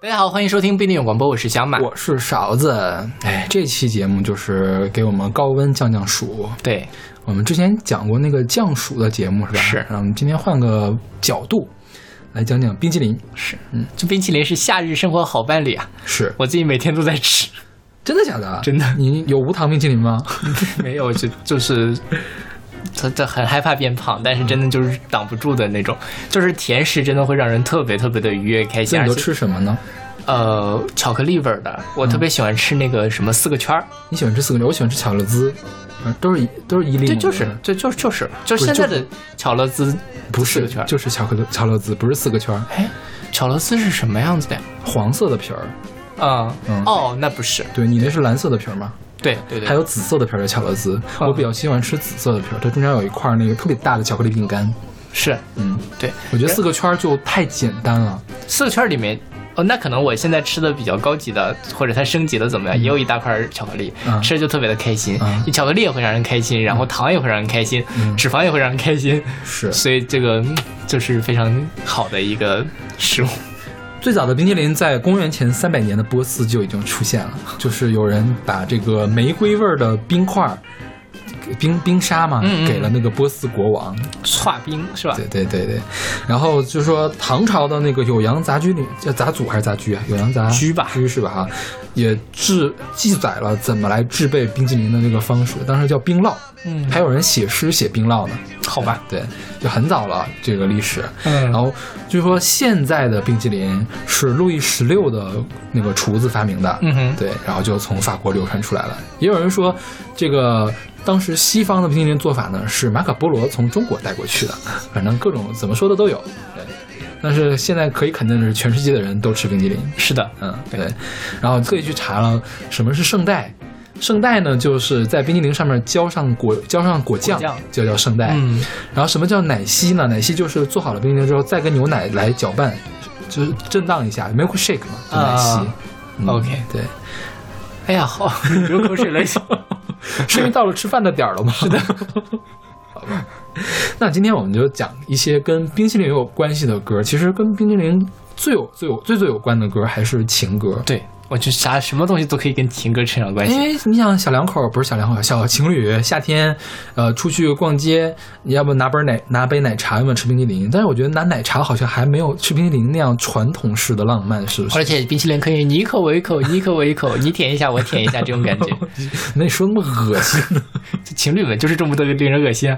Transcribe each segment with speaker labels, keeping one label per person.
Speaker 1: 大家好，欢迎收听不一定有广播，我是小马。
Speaker 2: 我是勺子，哎，这期节目就是给我们高温降降暑。
Speaker 1: 对，
Speaker 2: 我们之前讲过那个降暑的节目是吧？
Speaker 1: 是
Speaker 2: 然后我们今天换个角度来讲讲冰淇淋。
Speaker 1: 是，嗯，这冰淇淋是夏日生活好伴侣啊，
Speaker 2: 是
Speaker 1: 我自己每天都在吃。
Speaker 2: 真的假的？
Speaker 1: 真的
Speaker 2: 你有无糖冰淇淋吗？
Speaker 1: 没有，就就是，他他很害怕变胖，
Speaker 2: 嗯
Speaker 1: 但是真的就是挡不住的那种。就是甜食真的会让人特别特别的愉悦开心，
Speaker 2: 那
Speaker 1: 而
Speaker 2: 你都
Speaker 1: 且
Speaker 2: 吃嗯什么呢？
Speaker 1: 呃，巧克力味儿的，我特别喜欢吃那个什么四个圈儿，
Speaker 2: 你喜欢吃四个零，我喜欢吃巧乐兹，嗯都是一都是伊利姆
Speaker 1: 对，
Speaker 2: 的。
Speaker 1: 就是就就就是就是
Speaker 2: 嗯不
Speaker 1: 现
Speaker 2: 是
Speaker 1: 在的巧乐兹，
Speaker 2: 不
Speaker 1: 四
Speaker 2: 是
Speaker 1: 个圈儿
Speaker 2: 就是巧克力巧乐兹，不是四个圈儿，
Speaker 1: 哎，巧乐兹是什么样子的呀？
Speaker 2: 黄色的皮儿。
Speaker 1: 嗯，
Speaker 2: 嗯
Speaker 1: 哦，那不是，
Speaker 2: 对你那是蓝色的皮儿吗？
Speaker 1: 对对对，
Speaker 2: 还有紫色的皮儿的巧乐兹，
Speaker 1: 嗯
Speaker 2: 我比较喜欢吃紫色的皮儿，它中间有一块儿那个特别大的巧克力饼干。
Speaker 1: 是，
Speaker 2: 嗯，
Speaker 1: 对，
Speaker 2: 我觉得四个圈儿就太简单了。
Speaker 1: 四个圈儿里面，哦，那可能我现在吃的比较高级的，或者它升级了怎么样，也有一大块儿巧克力，
Speaker 2: 嗯
Speaker 1: 吃着就特别的开心。
Speaker 2: 嗯
Speaker 1: 你巧克力也会让人开心，然后糖也会让人开心，
Speaker 2: 嗯
Speaker 1: 脂肪也会让人开心，
Speaker 2: 是
Speaker 1: 所以这个嗯就是非常好的一个食物。
Speaker 2: 最早的冰淇淋在公元前三百年的波斯就已经出现了，就是有人把这个玫瑰味儿的冰块儿。冰冰沙嘛，
Speaker 1: 嗯嗯
Speaker 2: 给了那个波斯国王，
Speaker 1: 刨冰是吧
Speaker 2: 对？对对对，然后就说唐朝的那个《酉阳杂居》里，叫杂组还是杂居啊？《酉阳杂
Speaker 1: 居吧
Speaker 2: 居是吧？哈，也制记载了怎么来制备冰淇淋的那个方式，当时叫冰酪，
Speaker 1: 嗯
Speaker 2: 还有人写诗写冰酪呢，
Speaker 1: 好吧，
Speaker 2: 对，就很早了这个历史。
Speaker 1: 嗯
Speaker 2: 然后据说现在的冰淇淋是路易十六的那个厨子发明的，
Speaker 1: 嗯哼
Speaker 2: 对，然后就从法国流传出来了。也有人说，这个当时西方的冰淇淋做法呢是马可波罗从中国带过去的， 反正各种怎么说的都有。对，但是现在可以肯定的是，全世界的人都吃冰淇淋。
Speaker 1: 是的，
Speaker 2: 嗯，对。然后特意去查了什么是圣代，圣代呢就是在冰淇淋上面浇上果浇上果酱，
Speaker 1: 果酱
Speaker 2: 就叫圣代。
Speaker 1: 嗯，
Speaker 2: 然后什么叫奶昔呢？奶昔就是做好了冰淇淋之后，再跟牛奶来搅拌，就是震荡一下，milk shake 嘛，就奶昔。
Speaker 1: 啊
Speaker 2: 嗯
Speaker 1: OK
Speaker 2: 对，
Speaker 1: 哎呀，好， 流口水了已经。
Speaker 2: 是因为到了吃饭的点儿了吗？是的。 好吧，那今天我们就讲一些跟冰淇淋有关系的歌。其实跟冰淇淋最有最有最最有关的歌还是情歌。
Speaker 1: 对，我就啥什么东西都可以跟情歌扯上关
Speaker 2: 因
Speaker 1: 系。
Speaker 2: 为哎你想小两口儿不是小两口儿，小情侣夏天，呃，出去逛街，你要不拿杯奶拿杯奶茶，要么吃冰淇淋。但是我觉得拿奶茶好像还没有吃冰淇淋那样传统式的浪漫，是不
Speaker 1: 而
Speaker 2: 是？
Speaker 1: 且冰淇淋可以你一口我一口，你一口我一口，你舔一下我舔一下，这种感觉。
Speaker 2: 那你说那么恶心呢。
Speaker 1: 情侣们就是这么的令人恶心啊！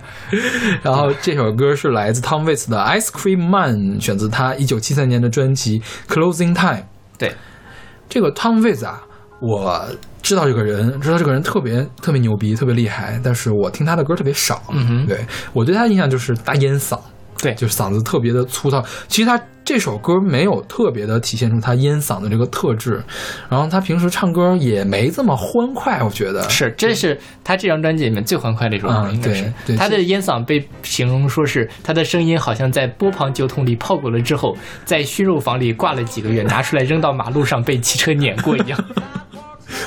Speaker 2: 然后这首歌是来自 Tom Waits 的《Ice Cream Man》，选自他一九七三年的专辑《Closing Time》。
Speaker 1: 对，
Speaker 2: 这个 Tom Waits 啊，我知道这个人，知道这个人特别特别牛逼，特别厉害，但是我听他的歌特别少。
Speaker 1: 嗯哼
Speaker 2: 对我对他的印象就是大烟嗓，
Speaker 1: 对
Speaker 2: 就是嗓子特别的粗糙。其实他这首歌没有特别的体现出他烟嗓的这个特质，然后他平时唱歌也没这么欢快，我觉得。
Speaker 1: 是，这是他这张专辑里面最欢快的一首歌，
Speaker 2: 嗯
Speaker 1: 应该是
Speaker 2: 对对
Speaker 1: 他的烟嗓被形容说是他的声音好像在波旁酒桶里泡过了之后，在熏肉房里挂了几个月，拿出来扔到马路上被汽车碾过一样，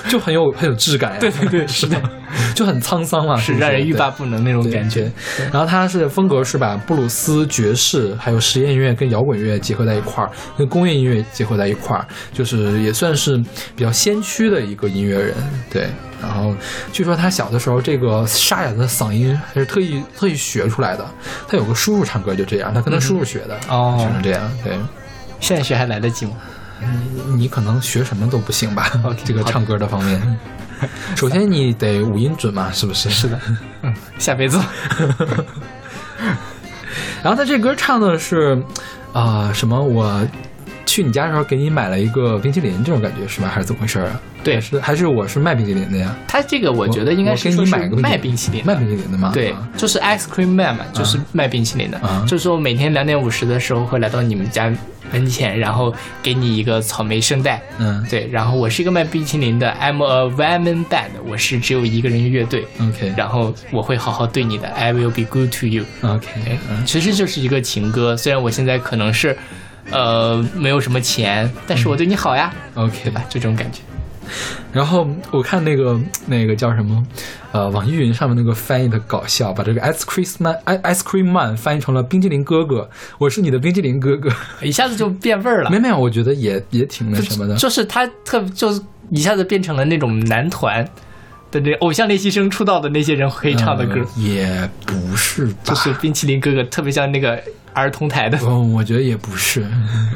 Speaker 2: 就很有很有质感呀、对 对对，是的，就很沧桑嘛，
Speaker 1: 是
Speaker 2: 不
Speaker 1: 让人欲
Speaker 2: 对
Speaker 1: 罢不能那种
Speaker 2: 对
Speaker 1: 感觉。。
Speaker 2: 对然后他是风格是把布鲁斯、爵士还有实验音乐跟摇滚乐结合在一块儿，跟工业音乐结合在一块儿，就是也算是比较先驱的一个音乐人。对，然后据说他小的时候这个沙哑的嗓音还是特意特意学出来的，他有个叔叔唱歌就这样，他跟他叔叔学的，
Speaker 1: 哦
Speaker 2: 就是这样。对。
Speaker 1: 现在学还来得及吗？
Speaker 2: 你可能学什么都不行吧
Speaker 1: OK，
Speaker 2: 这个唱歌的方 面，首先你得五音准嘛，是不是？是的。
Speaker 1: 嗯，下辈子。
Speaker 2: 然后他这歌唱的是，啊、什么我去你家的时候给你买了一个冰淇淋，这种感觉是吗？还是怎么回事啊？
Speaker 1: 对
Speaker 2: 还是还是我是卖冰淇淋的呀？
Speaker 1: 他这个我觉得应该是
Speaker 2: 我给
Speaker 1: 说
Speaker 2: 你
Speaker 1: 是
Speaker 2: 买个
Speaker 1: 卖冰淇淋的
Speaker 2: 卖。冰淇淋的吗？
Speaker 1: 对
Speaker 2: 啊，
Speaker 1: 就是 ice cream man 嘛，就是卖冰淇淋的
Speaker 2: 啊，
Speaker 1: 就是说每天两点五十的时候会来到你们家门前，然后给你一个草莓圣代，
Speaker 2: 嗯
Speaker 1: 对，然后我是一个卖冰淇淋的，I'm a one man band，我是只有一个人乐队，
Speaker 2: ，OK
Speaker 1: 然后我会好好对你的，I will be good to you。
Speaker 2: OK，
Speaker 1: 哎，其实就是一个情歌，虽然我现在可能是，呃，没有什么钱，但是我对你好呀，
Speaker 2: OK
Speaker 1: 对吧？就这种感觉。
Speaker 2: 然后我看那个那个叫什么，呃，网易云上面那个翻译的搞笑，把这个 ice cream man ice cream man 翻译成了冰激凌哥哥，我是你的冰激凌哥哥。
Speaker 1: 一下子就变味儿了
Speaker 2: 没。没有，我觉得也也挺那什么的。
Speaker 1: 就是他特就是一下子变成了那种男团的那偶像练习生出道的那些人可以唱的歌，
Speaker 2: 嗯也不是吧
Speaker 1: 就？是冰淇淋哥哥特别像那个儿童台的。
Speaker 2: 嗯，我觉得也不是，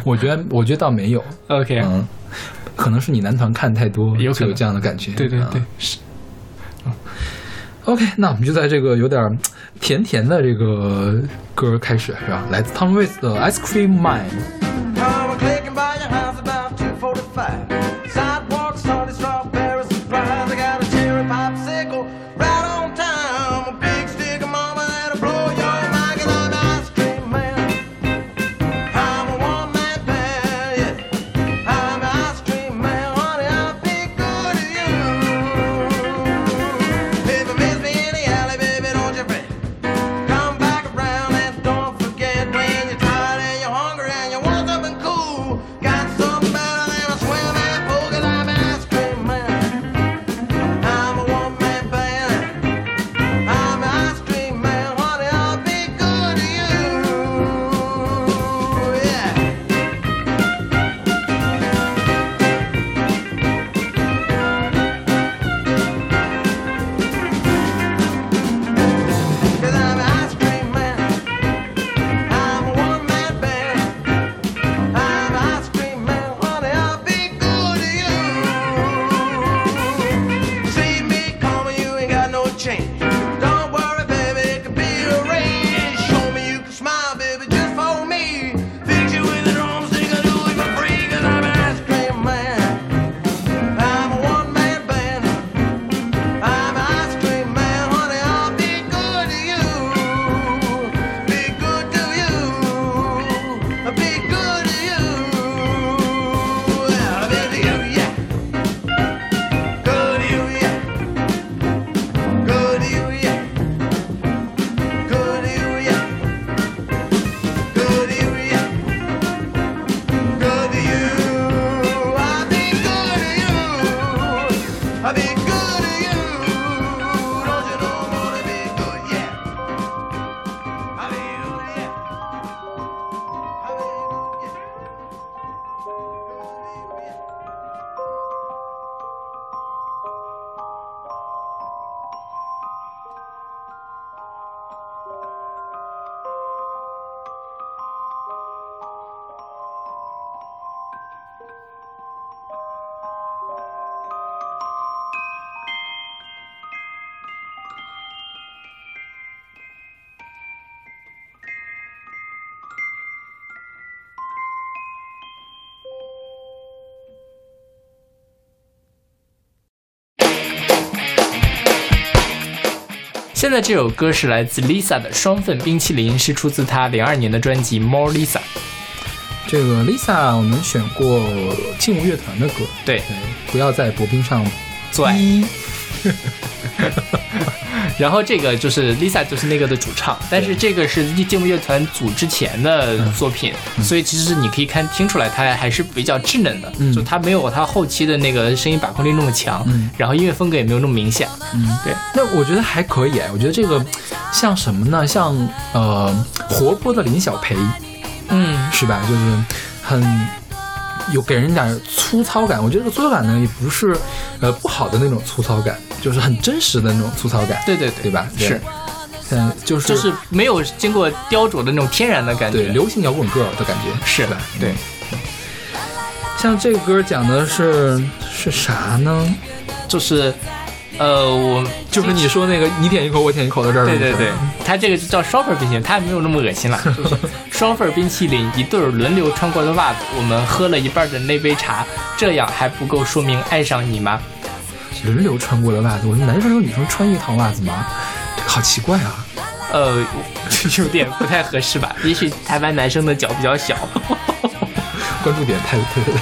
Speaker 2: 我觉得我觉得倒没有，
Speaker 1: OK，、
Speaker 2: 嗯，可能是你男团看太多，
Speaker 1: 有
Speaker 2: 就
Speaker 1: 可能
Speaker 2: 有这样的感觉。
Speaker 1: 对对对
Speaker 2: 嗯，是。嗯 OK，那我们就在这个有点儿甜甜的这个歌开始是吧？来自 Tom Waits 的《Ice Cream Mine》。
Speaker 3: Time a clicking by your house about 245. Sidewalks, honey, strawberries, and fries. I got a cherry popsicle right on time. A big stick of mama that'll blow your mind. Cause I'm an ice cream man. I'm a one man band, yeah. I'm an ice cream man, honey. I'll be good to you. If you miss me in the alley, baby, don't you fret. Come back around and don't forget when you're tired and you're hungry and you want something cool. Got something better than a swimming pool, cause I'm an ice cream man. I'm a one man band. I'm an ice cream man, honey, I'll be good to you. Yeah. Cause I'm an ice cream man. I'm a one man band. I'm an ice cream man. Honey, I'll be good to you. See me, call me, you ain't got no change. Don't worry, baby, it could be arranged. Show me you can smile, baby, just for me. Fix you with a drumstick, I'll do it for free. Cause I'm an ice cream man. I'm a one man band. I'm an ice cream man, honey. I'll be good to you. Be good to you. Be good to you. I'll be to you, yeah. Good to you, yeah. Good to you, yeah. Good to you, yeah. Good to you, yeah. Good to you. I'll be good to you. I'll be good to you. Don't you know I'm gonna be good? Yeah. I'll be good, yeah. I'll be good, yeah. Good to you, yeah.
Speaker 1: 现在这首歌是来自 Lisa 的《双份冰淇淋》，是出自她零二年的专辑《More Lisa》。
Speaker 2: 这个 Lisa 我们选过劲舞乐团的歌，
Speaker 1: 对，
Speaker 2: 对，不要在薄冰上
Speaker 1: 做爱。然后这个就是 Lisa，就是那个的主唱，但是这个是静木乐团组之前的作品，
Speaker 2: 嗯
Speaker 1: 所以其实你可以看听出来，它还是比较稚嫩的，
Speaker 2: 嗯
Speaker 1: 就它没有它后期的那个声音把控力那么强，然后音乐风格也没有那么明显。对，
Speaker 2: 那我觉得还可以，我觉得这个像什么呢？像呃活泼的林小培，
Speaker 1: 嗯，
Speaker 2: 是吧？就是很有给人点粗糙感。我觉得这个粗糙感呢，也不是呃不好的那种粗糙感，就是很真实的那种粗糙感，
Speaker 1: 对对
Speaker 2: 对
Speaker 1: 对，
Speaker 2: 吧？
Speaker 1: 是，
Speaker 2: 嗯，就是
Speaker 1: 就是没有经过雕琢的那种天然的感
Speaker 2: 对
Speaker 1: 觉。
Speaker 2: 流行摇滚歌的感觉，
Speaker 1: 是
Speaker 2: 吧？
Speaker 1: 对
Speaker 2: 嗯。像这个歌讲的是是啥呢？
Speaker 1: 就是，呃，我
Speaker 2: 就是你说那个你舔一口我舔一口的这儿，
Speaker 1: 对对对，它这个就叫双份冰淇淋，它也没有那么恶心 了，就是双份冰淇淋，一对儿轮流穿过的袜子，我们喝了一半的那杯茶，这样还不够说明爱上你吗？
Speaker 2: 轮流穿过的袜子，我们男生和女生穿一条袜子吗？这个好奇怪啊！
Speaker 1: 呃，有点不太合适吧？也许台湾男生的脚比较 小，
Speaker 2: 关注点太 太太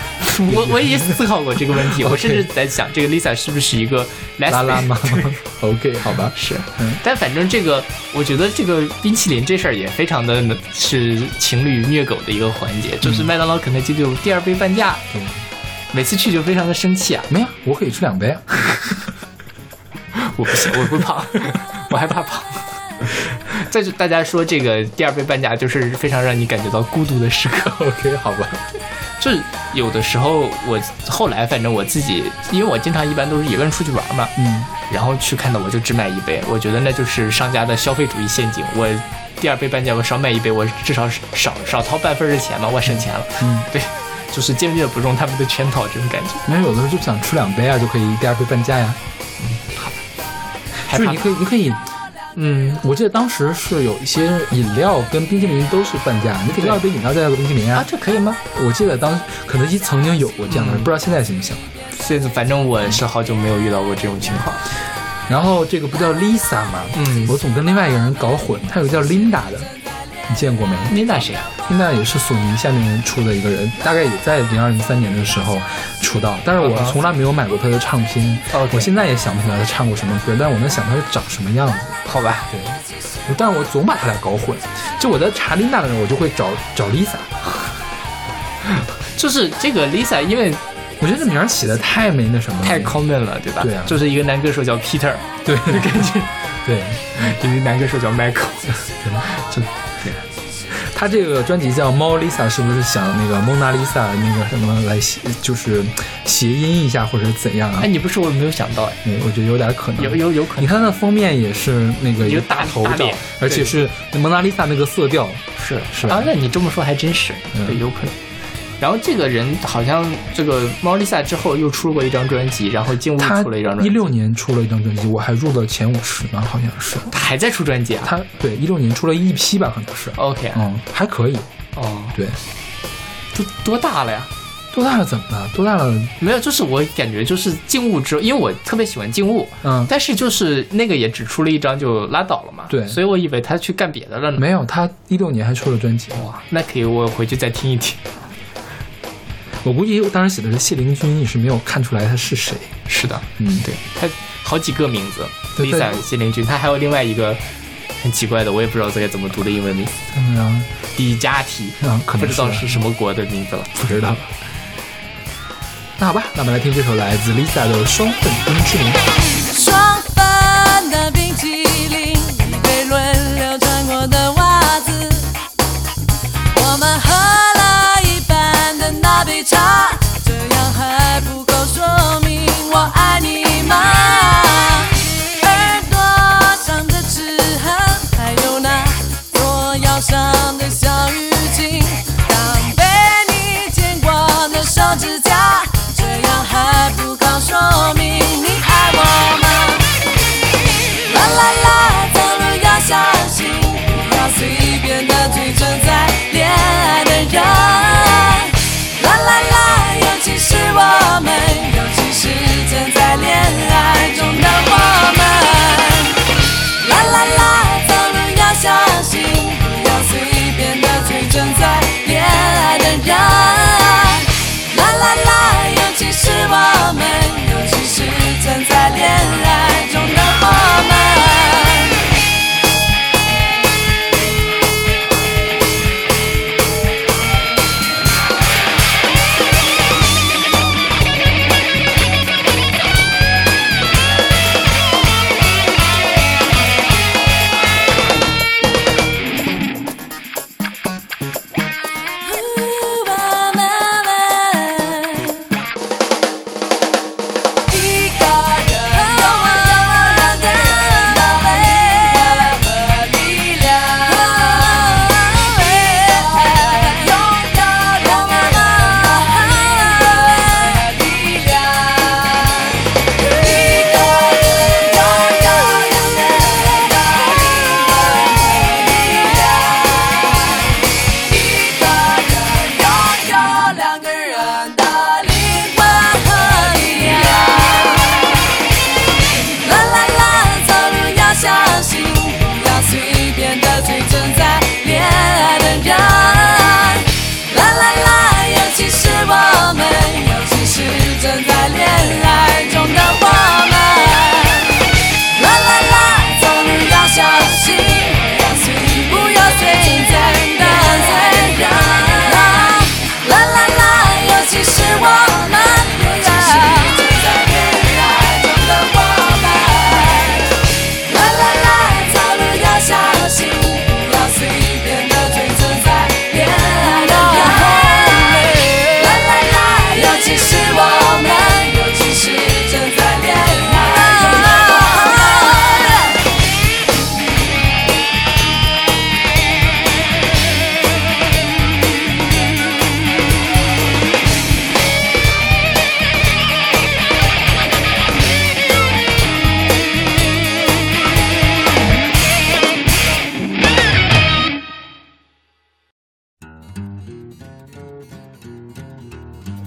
Speaker 1: 我我也思考过这个问题，我甚至在想这个 Lisa 是不是一个
Speaker 2: 拉拉吗
Speaker 1: lesbian
Speaker 2: ？OK，好吧，
Speaker 1: 是
Speaker 2: 嗯，
Speaker 1: 但反正这个，我觉得这个冰淇淋这事儿也非常的是情侣虐狗的一个环节，就是麦当劳、肯德基就第二杯半价，
Speaker 2: 嗯
Speaker 1: 每次去就非常的 生气啊，
Speaker 2: 没有，我可以吃两杯啊。
Speaker 1: 我不行，我会胖， 我害怕胖。 再就大家说这个第二杯半价就是非常让你感觉到孤独的时刻。
Speaker 2: OK，好吧，
Speaker 1: 就是有的时候我后来反正我自己，因为我经常一般都是一个人出去玩嘛，
Speaker 2: 嗯，
Speaker 1: 然后去看到我就只买一杯，我觉得那就是商家的消费主义陷阱。我第二杯半价，我少买一杯，我至少少少掏半份儿的钱嘛，我省钱了。
Speaker 2: 嗯，
Speaker 1: 对，就是坚决不中他们的圈套，这种感觉。
Speaker 2: 没有，有的时候就想吃两杯啊，就可以第二杯半价呀。
Speaker 1: 害
Speaker 2: 就是
Speaker 1: 怕
Speaker 2: 你可以，你可以，
Speaker 1: 哎嗯，
Speaker 2: 我记得当时是有一些饮料跟冰淇淋都是半价，你可以要一杯饮料再要个冰淇淋
Speaker 1: 啊
Speaker 2: 啊，。
Speaker 1: 这可以嗯吗？
Speaker 2: 我记得当肯德基曾经有过这样的，不知道现在行不行。
Speaker 1: 现在反正我是好久没有遇到过这种情况。
Speaker 2: 然后这个不叫 Lisa 吗？
Speaker 1: 嗯
Speaker 2: 我总跟另外一个人搞混，他有个叫 Linda 的，你见过没？
Speaker 1: 琳达谁啊？
Speaker 2: Linda 也是索尼下面出的一个人，大概也在零二零三年的时候出道，但是我
Speaker 1: 啊哈
Speaker 2: 从来没有买过他的唱片
Speaker 1: OK
Speaker 2: 我现在也想不起来他唱过什么歌，但是我能想他长什么样子。
Speaker 1: 好吧，
Speaker 2: 对，但是我总把他俩搞混。就我在查 Linda 的时候，我就会找找 Lisa。
Speaker 1: 就是这个 Lisa，因为
Speaker 2: 我觉得这名儿起的太没那什么了，
Speaker 1: 太 common 了，对吧？
Speaker 2: 对啊
Speaker 1: 就是一个男歌手叫 Peter，
Speaker 2: 对，感 觉对。
Speaker 1: 一个男歌手叫
Speaker 2: 啊
Speaker 1: Michael。
Speaker 2: 就他这个专辑叫《猫 Lisa》，是不是想那个蒙娜丽莎那个什么来谐，就是谐音一下或者怎样啊
Speaker 1: 哎，？你不说我没有想到，哎，
Speaker 2: 嗯我觉得有点可能，
Speaker 1: 有有有可能
Speaker 2: 你看它的封面也是那个
Speaker 1: 一个
Speaker 2: 一个
Speaker 1: 大
Speaker 2: 头
Speaker 1: 大
Speaker 2: 照
Speaker 1: 脸，
Speaker 2: 而且
Speaker 1: 对
Speaker 2: 是蒙娜丽莎那个色调。
Speaker 1: 是
Speaker 2: 是吧
Speaker 1: 啊，那你这么说还真是，
Speaker 2: 嗯
Speaker 1: 对，有可能。然后这个人好像这个猫 Lisa 之后又出过一张专辑，然后静物
Speaker 2: 他
Speaker 1: 出了一张专辑，
Speaker 2: 一六年出了一张专辑，我还入了前五十呢，好像是。
Speaker 1: 他还在出专辑啊
Speaker 2: 他对一六年出了一批吧，好像是。
Speaker 1: ？OK，啊
Speaker 2: 嗯，还可以。
Speaker 1: 哦，
Speaker 2: 对，
Speaker 1: 都多大了呀？
Speaker 2: 多大了怎么了？多大了？
Speaker 1: 没有，就是我感觉就是静物之后，因为我特别喜欢静物，
Speaker 2: 嗯，
Speaker 1: 但是就是那个也只出了一张就拉倒了嘛，
Speaker 2: 对
Speaker 1: 所以我以为他去干别的了呢。
Speaker 2: 没有，他一六年还出了专辑。
Speaker 1: 哇，那可以，我回去再听一听。
Speaker 2: 我估计我当时写的是谢灵君，也是没有看出来他是谁。
Speaker 1: 是的，
Speaker 2: 嗯，对，
Speaker 1: 他好几个名字
Speaker 2: 对
Speaker 1: ，Lisa
Speaker 2: 对
Speaker 1: 谢灵君，他还有另外一个很奇怪的，我也不知道这个怎么读的英文名，
Speaker 2: 嗯啊，
Speaker 1: 迪迦 提，
Speaker 2: 啊可能
Speaker 1: 不知道
Speaker 2: 是
Speaker 1: 是什么国的名字了。
Speaker 2: 不知道。那好吧，那我们来听这首来自 Lisa 的《双份冰淇淋》。
Speaker 4: 双份的冰淇淋，一杯轮流穿过的袜子。我们喝了一半的那杯茶，这样还不够说明我爱你吗？耳朵上的齿痕，还有那左腰上的小淤青，当被你牵过的手指甲，这样还不够说明你爱我吗？啦啦啦，走路要小心，不要随便的追求在恋爱的人。啦啦啦，尤其是我们，尤其是正在恋爱中的我们。啦啦啦，走路要小心，不要随便的追求在恋爱的人。啦啦啦，尤其是我们，尤其是正在恋爱中的我们。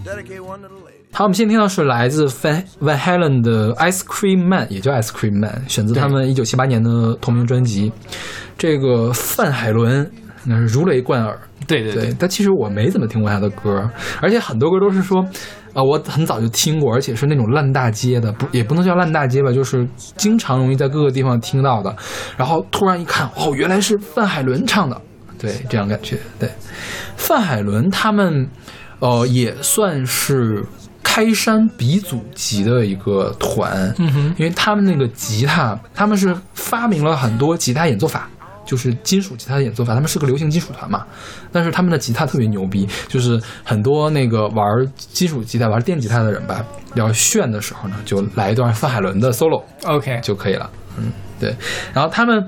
Speaker 3: Dedicate one to the ladies.
Speaker 2: 好，我们先听到是来自 Van Van Halen 的《Ice Cream Man》，也叫《Ice Cream Man》，选自他们一九七八年的同名专辑。这个范海伦那是如雷贯耳，
Speaker 1: 对对对，
Speaker 2: 但其实我没怎么听过他的歌，而且很多歌都是说，啊、我很早就听过，而且是那种烂大街的，不也不能叫烂大街吧，就是经常容易在各个地方听到的，然后突然一看，哦，原来是范海伦唱的，对，这样感觉，对，范海伦他们，呃，也算是。开山鼻祖级的一个团，嗯哼，因为他们那个吉他，他们是发明了很多吉他演奏法，就是金属吉他的演奏法，他们是个流行金属团嘛，但是他们的吉他特别牛逼，就是很多那个玩金属吉他、玩电吉他的人吧，要炫的时候呢，就来一段范海伦的 solo
Speaker 1: OK，
Speaker 2: 就可以了。嗯，对。然后他们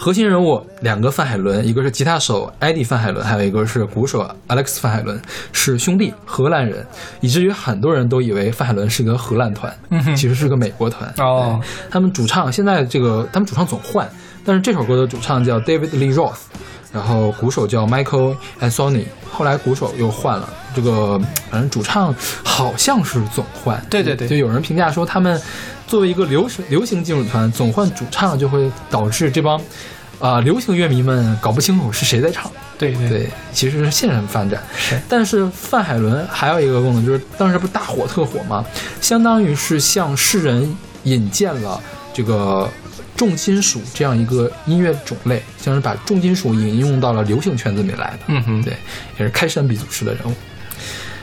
Speaker 2: 核心人物两个范海伦，一个是吉他手艾迪范海伦，还有一个是鼓手 Alex 范海伦，是兄弟，荷兰人，以至于很多人都以为范海伦是一个荷兰团，其实是个美国团。
Speaker 1: 哦
Speaker 2: 对，他们主唱现在这个他们主唱总换，但是这首歌的主唱叫 David Lee Roth，然后鼓手叫 Michael Anthony，后来鼓手又换了，这个反正主唱好像是总换。
Speaker 1: 对对对
Speaker 2: 就有人评价说他们作为一个流行流行金属团，总换主唱就会导致这帮。啊、流行乐迷们搞不清楚是谁在唱，
Speaker 1: 对对
Speaker 2: 对，其实是线上发展。
Speaker 1: 是
Speaker 2: 但是范海伦还有一个功能，就是当时不是大火特火吗？相当于是向世人引荐了这个重金属这样一个音乐种类，像是把重金属引用到了流行圈子里来的。
Speaker 1: 嗯哼，
Speaker 2: 对，也是开山鼻祖式的人物。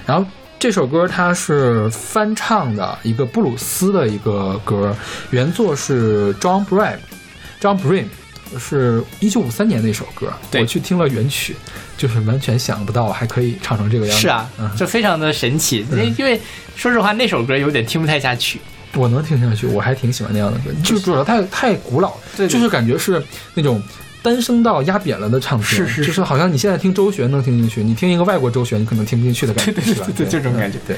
Speaker 2: 然后这首歌它是翻唱的一个布鲁斯的一个歌，原作是 John Bram，John Bram 是一九五三年的一首歌。
Speaker 1: 对
Speaker 2: 我去听了原曲，就是完全想不到还可以唱成这个样子。
Speaker 1: 是啊
Speaker 2: 嗯，，
Speaker 1: 这非常的神奇，因为因为说实话那首歌有点听不太下去，
Speaker 2: 我能听下去，我还挺喜欢那样的歌，就主要太太古老，
Speaker 1: 嗯对对
Speaker 2: 就是感觉是那种。单声道压扁了的唱片，
Speaker 1: 是是是
Speaker 2: 就是好像你现在听周璇能听进去，你听一个外国周璇你可能听不进去的感觉，是吧？
Speaker 1: 对，这种感觉，
Speaker 2: 对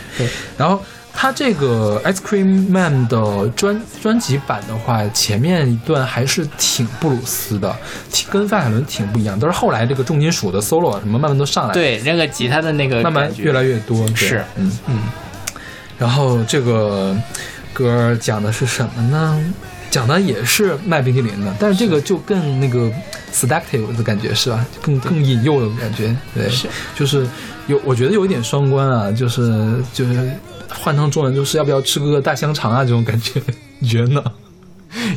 Speaker 2: 然后他这个 Ice Cream Man 的专专辑版的话，前面一段还是挺布鲁斯的，挺跟范海伦挺不一样。但是后来这个重金属的 solo 啊什么慢慢都上来，，
Speaker 1: 对，那个吉他的那个
Speaker 2: 慢慢
Speaker 1: 感觉
Speaker 2: 越来越多。对
Speaker 1: 是，
Speaker 2: 嗯嗯。然后这个歌讲的是什么呢？讲的也是卖冰淇淋的，但是这个就更那个 seductive 的感觉是吧？更更引诱的感觉，对，
Speaker 1: 是
Speaker 2: 就是有我觉得有一点双关啊，就是就是换成中文就是要不要吃个大香肠啊这种感觉，你觉得 呢？，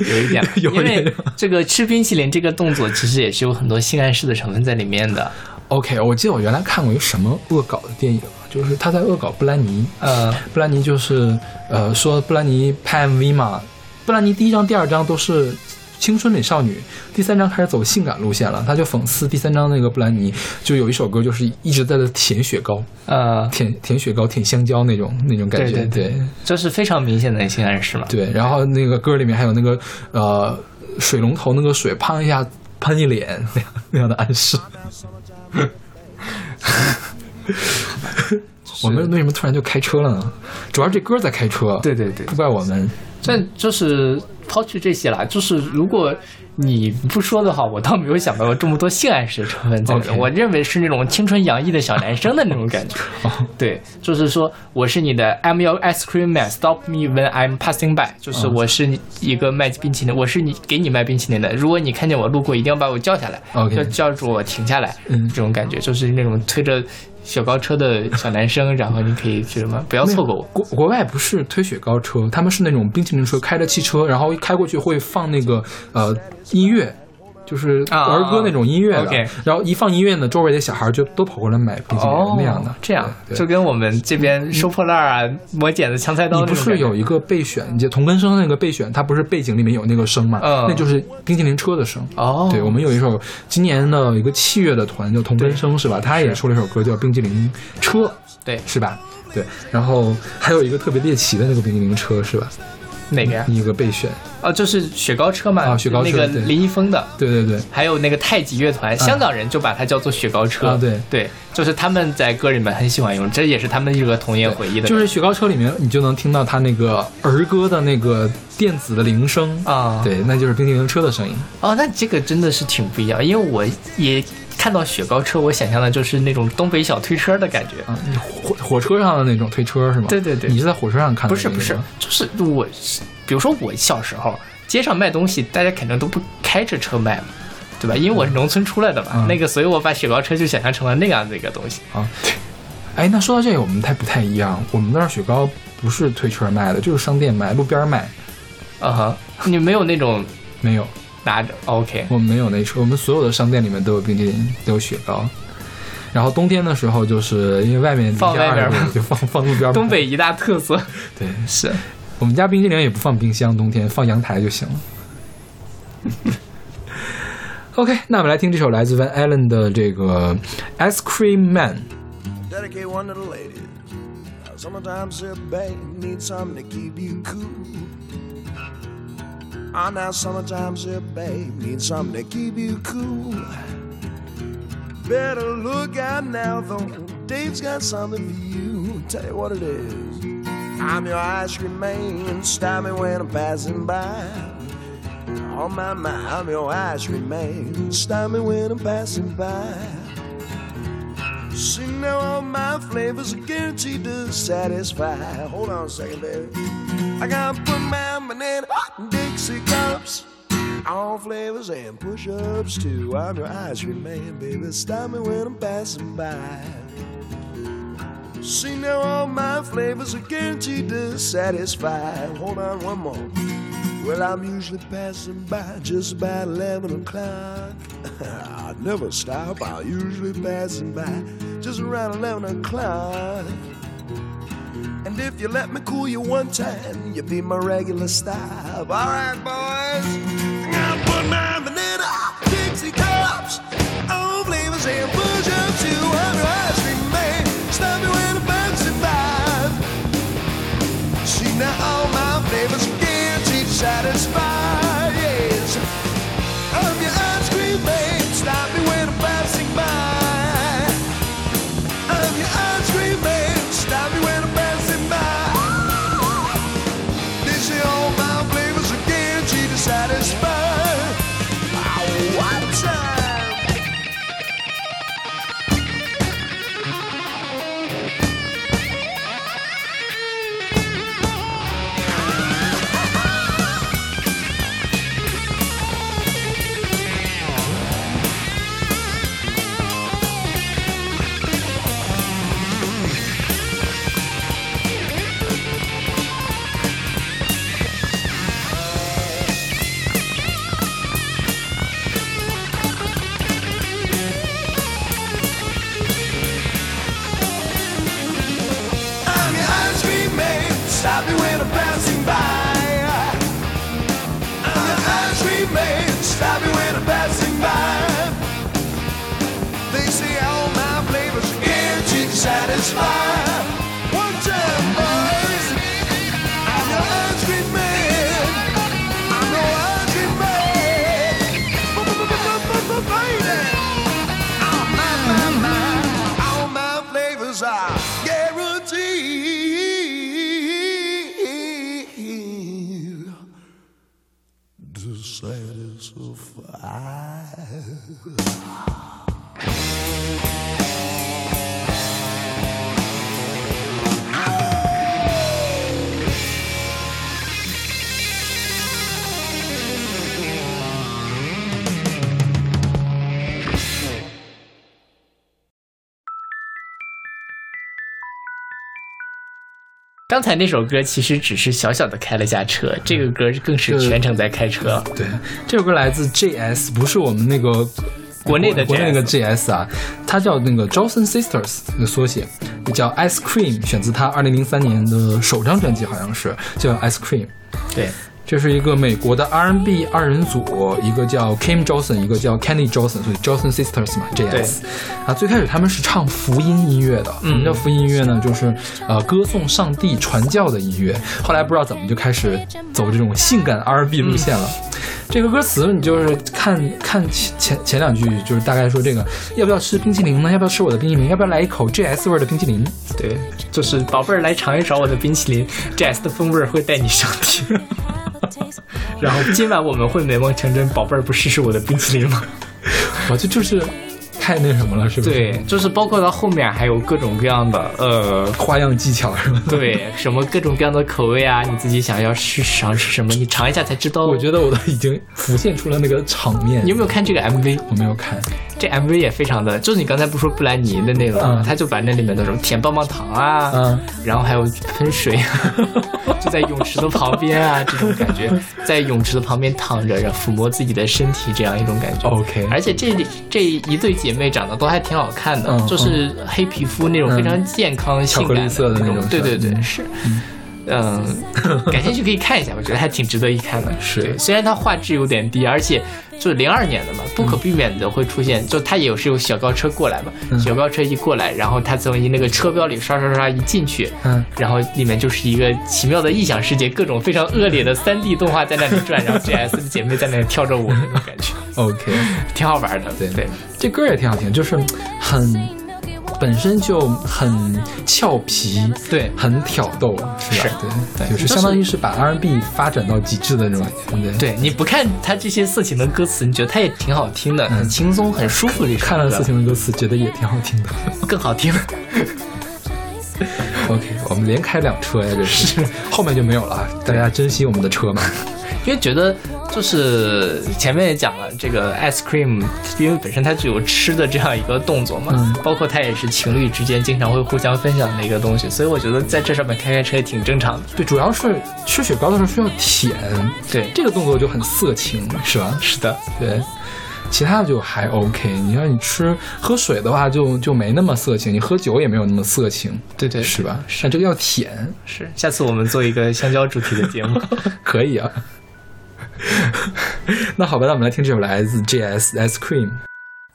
Speaker 1: 有一点
Speaker 2: 有一
Speaker 1: 因
Speaker 2: 点
Speaker 1: 为这个吃冰淇淋这个动作其实也是有很多性暗示的成分在里 面的，
Speaker 2: OK，我记得我原来看过一个什么恶搞的电影，啊就是他在恶搞布兰妮。
Speaker 1: 呃，
Speaker 2: 布兰妮就是呃说布兰妮拍 MV 嘛，布兰妮第一章、第二章都是青春美少女，第三章开始走性感路线了。他就讽刺第三章那个布兰妮，就有一首歌就是一直在那舔雪糕、
Speaker 1: 呃，
Speaker 2: 舔舔雪糕、舔香蕉那种那种感觉。
Speaker 1: 对对这是非常明显的性暗示嘛，
Speaker 2: 对，然后那个歌里面还有那个呃水龙头那个水砰一下喷一脸那样那样的暗 示。我们为什么突然就开车了呢？主要是这歌在开车，
Speaker 1: 对对对
Speaker 2: 不怪我们。
Speaker 1: 这就是抛去这些啦，就是如果你不说的话，我倒没有想到有这么多性暗示的成分在里面。
Speaker 2: OK
Speaker 1: 我认为是那种青春洋溢的小男生的那种感觉。
Speaker 2: 哦
Speaker 1: 对，就是说我是你的 I'm your ice cream man, stop me when I'm passing by，就是
Speaker 2: 哦
Speaker 1: 我是你一个卖冰淇淋，我是你给你卖冰淇淋的。如果你看见我路过，一定要把我叫下来
Speaker 2: OK
Speaker 1: 要叫住我停下来。
Speaker 2: 嗯
Speaker 1: 这种感觉就是那种推着雪糕车的小男生，然后你可以去什么，不要错过我。
Speaker 2: 国国外不是推雪糕车，他们是那种冰淇淋车，开着汽车，然后一开过去会放那个呃音乐，就是
Speaker 1: 啊
Speaker 2: 儿歌那种音乐的。
Speaker 1: OK
Speaker 2: 然后一放音乐呢，周围的小孩就都跑过来买冰淇淋、那样的。
Speaker 1: 哦这样
Speaker 2: 对对
Speaker 1: 就跟我们这边收破烂儿啊、磨剪子、强菜刀
Speaker 2: 你
Speaker 1: 那
Speaker 2: 不
Speaker 1: 种
Speaker 2: 是
Speaker 1: 感觉
Speaker 2: 有一个备选，你就同根生那个备选，它不是背景里面有那个声嘛？
Speaker 1: 嗯
Speaker 2: 那就是冰淇淋车的声。
Speaker 1: 哦，
Speaker 2: 对，我们有一首今年的一个器乐的团叫同根生，是吧？他也出了一首歌叫《冰激凌车》，
Speaker 1: 对
Speaker 2: 是吧？对，然后还有一个特别猎奇的那个冰激凌车，是吧？
Speaker 1: 哪个呀？
Speaker 2: 你有个备选，
Speaker 1: 哦，就是雪糕车嘛，
Speaker 2: 啊嗯雪糕车
Speaker 1: 那个
Speaker 2: 对
Speaker 1: 林一峰的。
Speaker 2: 对对对，
Speaker 1: 还有那个太极乐团，香港人就把它叫做雪糕车，
Speaker 2: 啊对
Speaker 1: 对，就是他们在歌里面很喜欢用，这也是他们一个童年回忆的，
Speaker 2: 就是雪糕车里面你就能听到他那个儿歌的那个电子的铃声
Speaker 1: 啊
Speaker 2: 对，那就是冰激凌车的声音。
Speaker 1: 哦，那这个真的是挺不一样，因为我也看到雪糕车，我想象的就是那种东北小推车的感觉。
Speaker 2: 啊，你火火车上的那种推车是吗？
Speaker 1: 对对对
Speaker 2: 你是在火车上看到
Speaker 1: 不
Speaker 2: 的
Speaker 1: 是
Speaker 2: 啊那个吗？
Speaker 1: 不是，就是我，比如说我小时候街上卖东西，大家肯定都不开着车卖嘛，对吧？因为我是农村出来的嘛，
Speaker 2: 嗯
Speaker 1: 那个，所以我把雪糕车就想象成了那样的一个东西。
Speaker 2: 啊。哎，那说到这个，我们太不太一样。我们那儿雪糕不是推车卖的，就是商店卖，路边卖。
Speaker 1: 嗯哼，你没有那种
Speaker 2: 没有，
Speaker 1: 拿着，OK，哦
Speaker 2: 我们没有那车。我们所有的商店里面都有冰淇淋，都有雪糕。然后冬天的时候，就是因为外面零
Speaker 1: 放
Speaker 2: 下
Speaker 1: 外边
Speaker 2: 二十
Speaker 1: 儿
Speaker 2: 度，就放放路边儿卖。
Speaker 1: 东北一大特色
Speaker 2: 对，
Speaker 1: 是
Speaker 2: 我们家冰激凌也不放冰箱，冬天放阳台就行了。OK，那我们来听这首来自 Van Allen 的这个《Ice Cream Man》。
Speaker 5: Dedicate one to the ladies. Now, Sometimes a bang needs something to keep you cool. Ah, now sometimes a babe needs something to keep you cool. Better look out now, though. Dave's got something for you. Tell you what it is. I'm your ice cream man. Stop me when I'm passing by. Oh my my, I'm your ice cream man. Stop me when I'm passing by. Sing now all my flavors are guaranteed to satisfy. Hold on a second, baby. I gotta put my banana in Dixie cups. All flavors and push-ups too. I'm your ice cream man, baby. Stop me when I'm passing by. See now all my flavors are guaranteed to satisfy. Hold on one more. Well, I'm usually passing by just about 11 o'clock. I never stop, i usually passing by just around 11 o'clock. And if you let me cool you one time, you'll be my regular stop. All right, boys. I put my banana Dixie cups, all flavors and push up to under ice cream man. Stop me when I'm passing by. She now all my flavors guaranteed satisfied. Yes, I'm your ice cream man. Stop me when I'm passing by. I'm your ice cream man. Stop me when I'm passing by. They say all my flavors are guaranteed to satisfy. Oh, what time? I'm your ice cream man. Stop me when I'm passing by. I'm your ice cream man. Stop me when I'm passing by. They say all my flavors are guaranteed to satisfy. One time, boys. I'm your ice cream man. I'm your ice cream man. Baby. All my flavors are guaranteed to satisfy.
Speaker 1: 刚才那首歌其实只是小小的开了一下车，这
Speaker 2: 嗯
Speaker 1: 个歌更是全程在开车。
Speaker 2: 对，这首歌来自 JS，不是我们那个
Speaker 1: 国内的
Speaker 2: 国内
Speaker 1: JS
Speaker 2: 那个 JS 啊，它叫那个 Johnson Sisters 的缩写，也叫 Ice Cream，选自他二零零三年的首张专辑，好像是叫 Ice Cream。
Speaker 1: 对，
Speaker 2: 这是一个美国的 R&B 二人组，一个叫 Kim Johnson，一个叫 Kenny Johnson，所以 Johnson Sisters 嘛，JS。啊，最开始他们是唱福音音乐的。什么叫福音音乐呢？就是呃歌颂上帝、传教的音乐。后来不知道怎么就开始走这种性感 R&B 路线了。这个歌词你就是看看前前前两句，就是大概说这个要不要吃冰淇淋呢？要不要吃我的冰淇淋？要不要来一口 JS 味儿的冰淇淋？
Speaker 1: 对，就是宝贝儿来尝一尝我的冰淇淋，Jazz 的风味儿会带你上天。 然后今晚我们会美梦成真，宝贝儿不试试我的冰淇淋吗？
Speaker 2: 啊我这就是太那什么了，是不是？
Speaker 1: 对，，就是包括到后面还有各种各样的呃。
Speaker 2: 花样技巧是吧？
Speaker 1: 对，什么各种各样的口味啊，你自己想要去尝试什么，你尝一下才知道。
Speaker 2: 我觉得我都已经浮现出了那个场面。
Speaker 1: 你有没有看这个 MV？
Speaker 2: 我没有看，
Speaker 1: 这 MV 也非常的，就是你刚才不说布兰妮的那个，
Speaker 2: 嗯
Speaker 1: 他就把那里面的什么舔棒棒糖啊，
Speaker 2: 嗯
Speaker 1: 然后还有喷水 啊，就在泳池的旁边啊，这种感 觉，在泳池的旁边躺着，然后抚摸自己的身体，这样一种感觉。
Speaker 2: OK
Speaker 1: 而且这这一对姐妹长得都还挺好看的，
Speaker 2: 嗯
Speaker 1: 就是黑皮肤那种非常健康、性感
Speaker 2: 巧克力色的那
Speaker 1: 种
Speaker 2: 种
Speaker 1: 对对对，
Speaker 2: 嗯
Speaker 1: 是。嗯， 感兴趣可以看一下，我觉得还挺值得一看的。
Speaker 2: 呃是
Speaker 1: 对虽然它画质有点低，而且就是零二年的嘛，不可避免的会出现，就它也是有小轿车过来嘛，
Speaker 2: 嗯
Speaker 1: 小轿车一过来，然后它从一那个车标里刷刷刷一进去，
Speaker 2: 嗯，
Speaker 1: 然后里面就是一个奇妙的异想世界，各种非常恶劣的三 D 动画在那里转，然后 GS 的姐妹在那里跳着舞那种感 觉，
Speaker 2: OK，
Speaker 1: 挺好玩的。
Speaker 2: 对
Speaker 1: 对，
Speaker 2: 这歌也挺好听，就是很本身就很俏皮，
Speaker 1: 对
Speaker 2: 很挑逗，是吧？对，就是相当于是把 R&B 发展到极致的那种感觉。对，
Speaker 1: 对你不看它这些色情的歌词，你觉得它也挺好听的，很轻松，很舒服的一首歌。
Speaker 2: 嗯看了四情的歌词，觉得也挺好听的。
Speaker 1: 更好听。
Speaker 2: OK，我们连开两车呀，这是，后面就没有了，啊大家珍惜我们的车 嘛。
Speaker 1: 因为觉得就是前面也讲了，这个 ice cream，因为本身它就有吃的这样一个动作嘛，
Speaker 2: 嗯
Speaker 1: 包括它也是情侣之间经常会互相分享的一个东西，所以我觉得在这上面开开车也挺正常的。
Speaker 2: 对，主要是吃雪糕的时候需要舔，
Speaker 1: 对，
Speaker 2: 这个动作就很色情，是吧？
Speaker 1: 是的，
Speaker 2: 对，其他的就还 OK。你让你吃喝水的话就，就没那么色情，你喝酒也没有那么色情，
Speaker 1: 对对
Speaker 2: 是吧？但这个要舔，
Speaker 1: 是。下次我们做一个香蕉主题的节目，
Speaker 2: 可以啊。 那好吧，那我们来听这首来自 JS Ice Cream。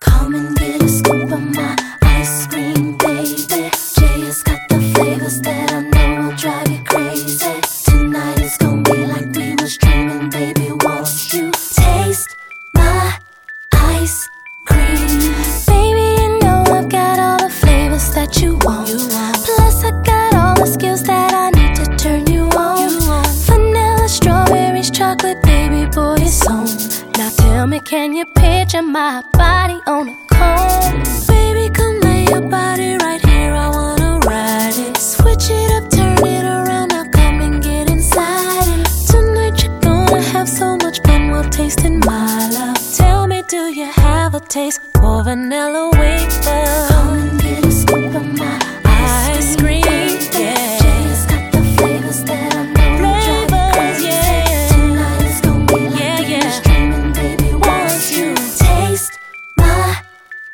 Speaker 6: Come and get a scoop of my ice cream, baby. Jay's got the flavors that I know will drive you crazy. Tonight it's gonna be like we was dreaming, baby. Won't you taste my ice cream? Baby, you know I've got all the flavors that you want. Plus I got all the skills that I need to turn you on. Vanilla, strawberries, chocolate, baby boy, it's on. Now tell me, can you picture my body on a cone? Baby, come lay your body right here. I wanna ride it. Switch it up, turn it around. Now come and get inside it. Tonight you're gonna have so much fun while tasting my love. Tell me, do you have a taste for vanilla wafer? Come and get a scoop of my ice cream. Yeah. Jay's got the flavors that I know will drive you crazy. Tonight it's gonna be like yeah, yeah. dreaming, baby. Won't you taste my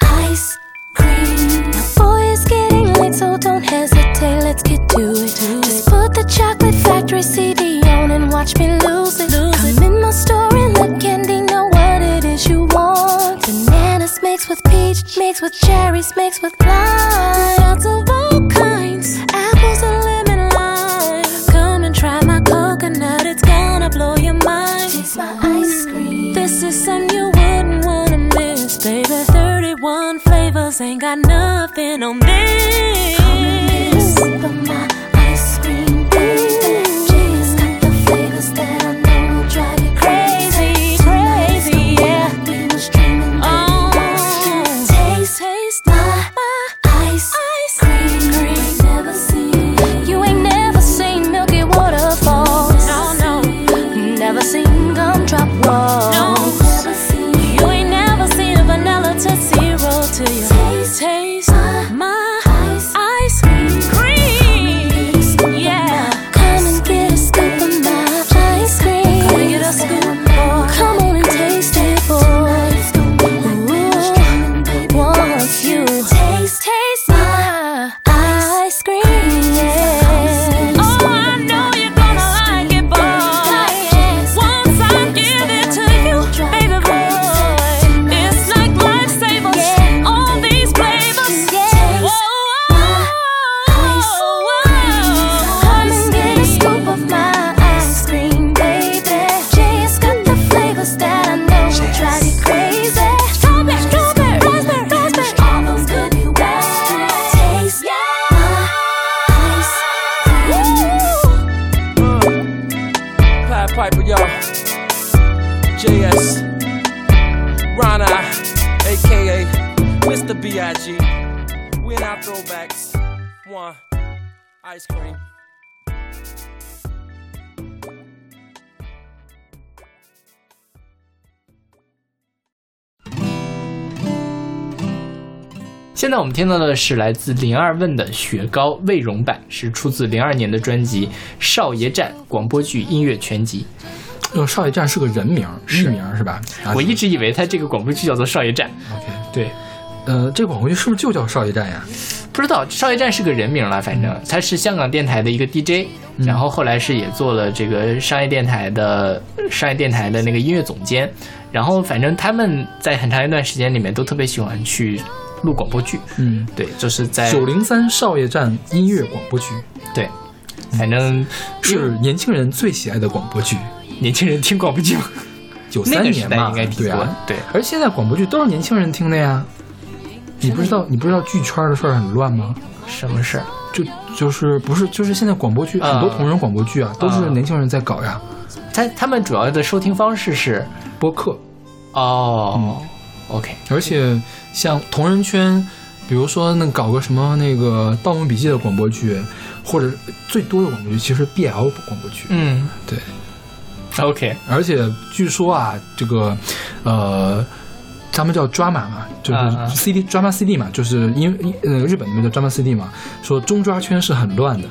Speaker 6: ice cream? Now, boy, it's getting late, so don't hesitate. Let's get to it. Just put the chocolate factory CD on and watch me lose it. Come in my store and let Candy know what it is you want. Bananas mixed with peach, mixed with cherries, mixed with lime. Lots of all kinds, apples and lemon lime. Come and try my coconut, it's gonna blow your mind. Taste my ice cream. This is something you wouldn't wanna miss, baby. 31 flavors ain't got nothing on this. Come and get a sip of my ice cream, baby. Jay's got the flavors that I know will drive you crazy. Crazy, yeah. We was dreaming, baby. Oh. Taste, taste my, my ice, ice cream. Ain't never seen. You ain't never seen milky waterfalls. No, no. Never seen gumdrop walls. No. Never seen. You ain't never seen a vanilla to zero to you. Taste, taste my, my ice,
Speaker 7: B.I.G. We in our throwbacks. One, ice cream.
Speaker 1: 现在我们听到的是来自零二问的《雪糕》魏荣版，是出自零二年的专辑《少爷站》广播剧音乐全集。
Speaker 2: 呃，少爷站是个人名儿，艺名儿是吧？啊
Speaker 1: 我一直以为他这个广播剧叫做《少爷站
Speaker 2: OK，》，
Speaker 1: 对，
Speaker 2: 呃，这个广播剧是不是就叫少爷站呀？
Speaker 1: 不知道少爷站是个人名了，反
Speaker 2: 嗯
Speaker 1: 正他是香港电台的一个 DJ，然后后来是也做了这个商业电台的商业电台的那个音乐总监，然后反正他们在很长一段时间里面都特别喜欢去录广播剧，
Speaker 2: 嗯，
Speaker 1: 对，就是在
Speaker 2: 九零三少爷站音乐广播剧
Speaker 1: 对，反正
Speaker 2: 是年轻人最喜爱的广播剧，
Speaker 1: 年轻人听广播剧嘛
Speaker 2: 九嗯
Speaker 1: 那
Speaker 2: 三
Speaker 1: 个时
Speaker 2: 年
Speaker 1: 代
Speaker 2: 嘛，
Speaker 1: 应该挺
Speaker 2: 对
Speaker 1: 多
Speaker 2: 啊
Speaker 1: 的，，对。
Speaker 2: 而现在广播剧都是年轻人听的呀。你不知道你不知道剧圈的事儿很乱吗？
Speaker 1: 什么事儿？
Speaker 2: 就就是不是就是现在广播剧、
Speaker 1: 啊
Speaker 2: 很多同人广播剧啊，都
Speaker 1: 啊
Speaker 2: 是年轻人在搞呀，
Speaker 1: 他他们主要的收听方式是
Speaker 2: 播客。嗯
Speaker 1: 哦、o k
Speaker 2: 而且像同人圈，比如说那搞个什么那个《盗墓笔记》的广播剧，或者最多的广播剧其实 BL 广播剧，
Speaker 1: 嗯，
Speaker 2: 对。
Speaker 1: ，OK，
Speaker 2: 而且据说啊，这个呃，他们叫 drama 嘛，就
Speaker 1: 嗯嗯
Speaker 2: 是 CD、drama CD 嘛，就是因因呃日本那边叫 drama CD 嘛，说中抓圈是很乱的，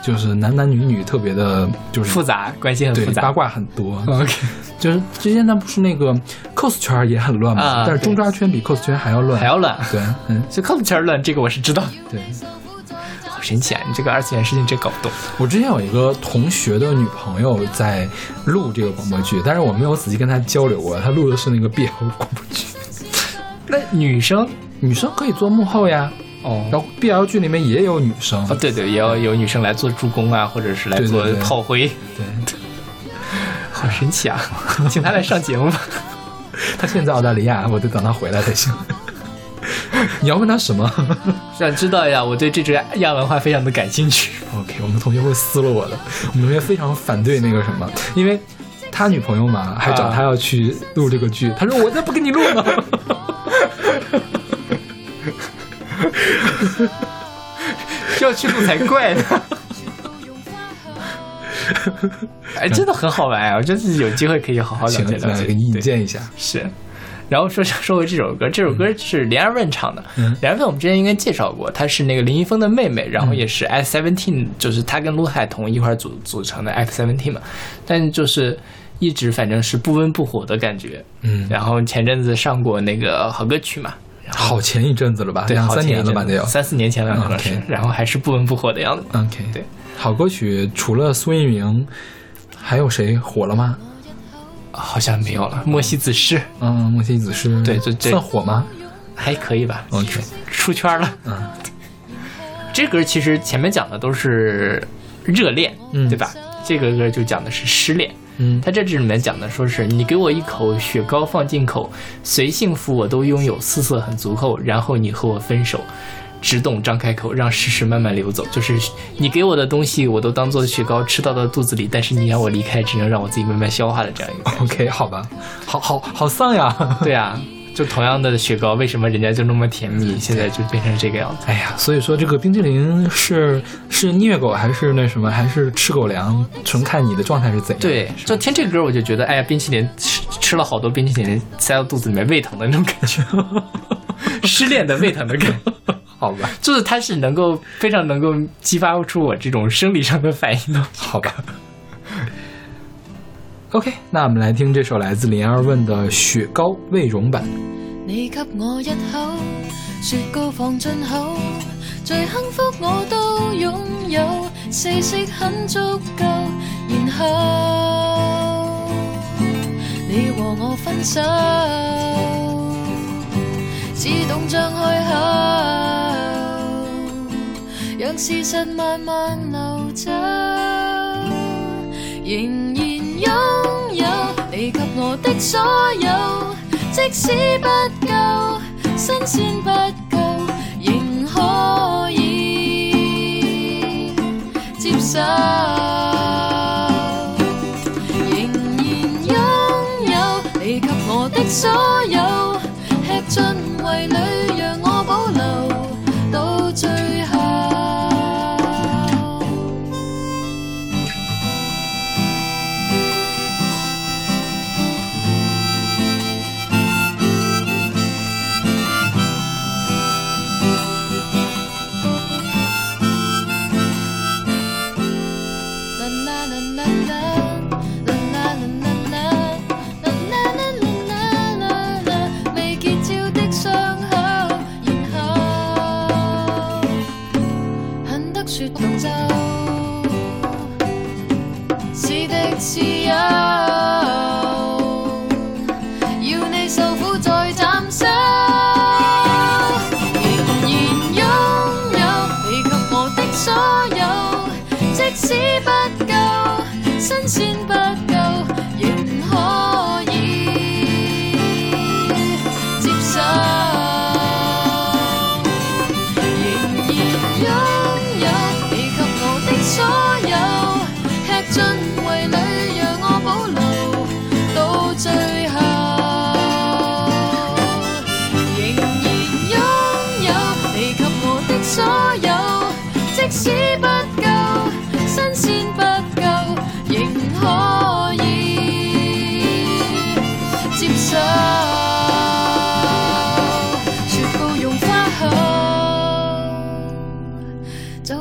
Speaker 2: 就是男男女女特别的，就是
Speaker 1: 复杂，关系很
Speaker 2: 对
Speaker 1: 复
Speaker 2: 八
Speaker 1: 杂。
Speaker 2: 卦很多。
Speaker 1: OK，
Speaker 2: 就是之前他不是那个 cos 圈儿也很乱嘛，
Speaker 1: 啊
Speaker 2: 但是中抓圈比 cos 圈还要乱，
Speaker 1: 还要乱，
Speaker 2: 对，嗯，
Speaker 1: 所以 c o m p u t e 乱这个我是知道的，
Speaker 2: 对。
Speaker 1: 好神奇啊！你这个二次元事情真搞不懂。
Speaker 2: 我之前有一个同学的女朋友在录这个广播剧，但是我没有仔细跟她交流过，她录的是那个 BL 广播剧。
Speaker 1: 那女生
Speaker 2: 女生可以做幕后呀，
Speaker 1: 哦
Speaker 2: 然后 BL 剧里面也有女生
Speaker 1: 哦，。对对，也要有女生来做助攻啊，或者是来
Speaker 2: 对对
Speaker 1: 做
Speaker 2: 对
Speaker 1: 炮灰，
Speaker 2: 对，
Speaker 1: 好神奇啊！请她来上节目吧。
Speaker 2: 她现在在澳大利亚，我得等她回来才 行。你要问她什么
Speaker 1: 想知道呀，我对这支亚文化非常的感兴趣。
Speaker 2: ？OK，我们同学会撕了我的。我们同学非常反对那个什么，因为他女朋友嘛，还找他要去录这个剧，他说我才不跟你录 呢。
Speaker 1: 要去录才怪呢。 哎，真的很好玩啊！我真是有机会可以好好了
Speaker 2: 请
Speaker 1: 解了
Speaker 2: 来
Speaker 1: 解。
Speaker 2: 给你引荐一下。
Speaker 1: 是。然后说说回这首歌，这首
Speaker 2: 嗯
Speaker 1: 歌是连二问唱的。连二问我们之前应该介绍过，她是那个林一峰的妹妹，
Speaker 2: 嗯
Speaker 1: 然后也是 F Seventeen，就是她跟陆海彤一块儿组组成的 F Seventeen 嘛。但就是一直反正是不温不火的感觉。
Speaker 2: 嗯
Speaker 1: 然后前阵子上过那个好歌曲嘛，
Speaker 2: 好前一阵子了吧，
Speaker 1: 对，
Speaker 2: 两
Speaker 1: 好
Speaker 2: 三
Speaker 1: 前一
Speaker 2: 年了吧，
Speaker 1: 阵
Speaker 2: 得有
Speaker 1: 子。三四年前了可能
Speaker 2: OK 嗯
Speaker 1: 是，然后还是不温不火的样子。
Speaker 2: OK，
Speaker 1: 对，
Speaker 2: 好歌曲除了苏运莹，还有谁火了吗？
Speaker 1: 好像没有了。莫西子诗
Speaker 2: 嗯，莫西子诗，
Speaker 1: 对就这
Speaker 2: 算火吗？
Speaker 1: 还可以吧
Speaker 2: OK
Speaker 1: 出圈了。
Speaker 2: 嗯，
Speaker 1: 这歌其实前面讲的都是热恋，
Speaker 2: 嗯
Speaker 1: 对吧？这个歌就讲的是失恋。
Speaker 2: 嗯
Speaker 1: 他这这里面讲的说是你给我一口雪糕放进口，随幸福我都拥有，四色很足够，然后你和我分手。只懂张开口，让事实慢慢流走。就是你给我的东西，我都当做雪糕吃到到肚子里，但是你让我离开，只能让我自己慢慢消化的这样一个。
Speaker 2: ，OK，好吧，好好好丧呀。
Speaker 1: 对啊，就同样的雪糕，为什么人家就那么甜蜜，现在就变成这个样子？
Speaker 2: 哎呀，所以说这个冰淇淋是是虐狗还是那什么，还是吃狗粮，纯看你的状态是怎样。
Speaker 1: 对，就听这歌我就觉得，哎呀，冰淇淋吃吃了好多冰淇淋，塞到肚子里面胃疼的那种感觉， 失恋的胃疼的感觉，
Speaker 2: 好吧，
Speaker 1: 就是它是能够非常能够激发出我这种生理上的反应的。
Speaker 2: 好吧。OK，那我们来听这首来自林二问的《雪糕魏荣版》。
Speaker 8: 你给我一口雪糕放进口，最幸福我都拥有，四色很足够。然后你和我分手，只懂张开口，让事实慢慢流走。仍然擁有你給我的所有，即使不夠，新鮮不夠，仍可以接受。仍然擁有你給我的所有，吃盡為侶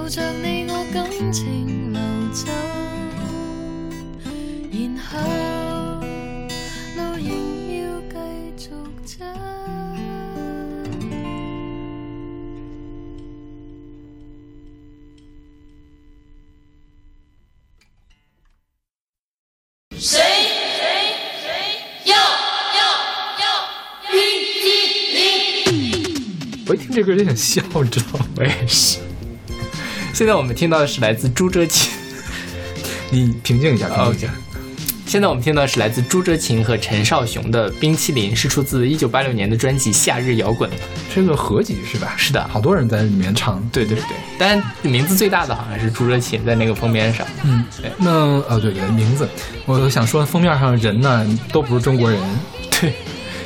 Speaker 4: 傾情流走，然後路仍要繼續走。
Speaker 8: 谁谁谁要要要冰激凌？
Speaker 2: 我一听这歌就想笑，你知 道吗？
Speaker 1: 我也是。现在我们听到的是来自朱哲琴，
Speaker 2: 你平静一下，平静一下。
Speaker 1: 现在我们听到的是来自朱哲琴和陈少雄的《冰淇淋》，是出自1986年的专辑《夏日摇滚》。
Speaker 2: 这个合集是吧？
Speaker 1: 是的
Speaker 2: 好多人在里面唱。
Speaker 1: 对对对，但名字最大的好像是朱哲琴在那个封面上。嗯，对
Speaker 2: 那啊，对对，名字，我想说封面上人呢都不是中国人，
Speaker 1: 对，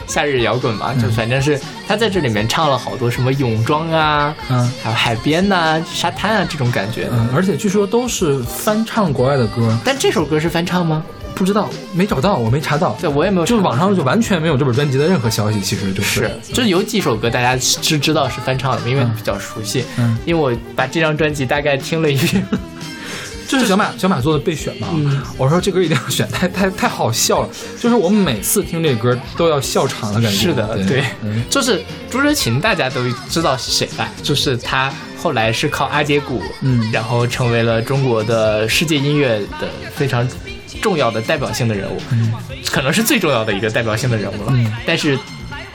Speaker 1: 夏日摇滚
Speaker 2: 嗯
Speaker 1: 嘛，就反正是他在这里面唱了好多什么泳装啊，
Speaker 2: 嗯
Speaker 1: 还有海边呐、沙滩啊这种感觉。
Speaker 2: 嗯，而且据说都是翻唱国外的歌，
Speaker 1: 但这首歌是翻唱吗？
Speaker 2: 不知道没找到，我没查到，
Speaker 1: 对，我也没有查
Speaker 2: 就
Speaker 1: 到。
Speaker 2: 网上就完全没有这本专辑的任何消息，其实就是
Speaker 1: 是，就有几首歌大家是知道是翻唱的，因为比较熟悉。
Speaker 2: 嗯
Speaker 1: 因为我把这张专辑大概听了一遍，
Speaker 2: 就是小马小马做的备选嘛，
Speaker 1: 嗯
Speaker 2: 我说这歌一定要选，太太太好笑了，就是我每次听这歌都要笑场的感觉。嗯
Speaker 1: 是的，对，嗯就是朱哲琴，大家都知道是谁吧？就是他后来是靠阿杰鼓，
Speaker 2: 嗯
Speaker 1: 然后成为了中国的世界音乐的非常重要的代表性的人物，可能是最重要的一个代表性的人物了。但是，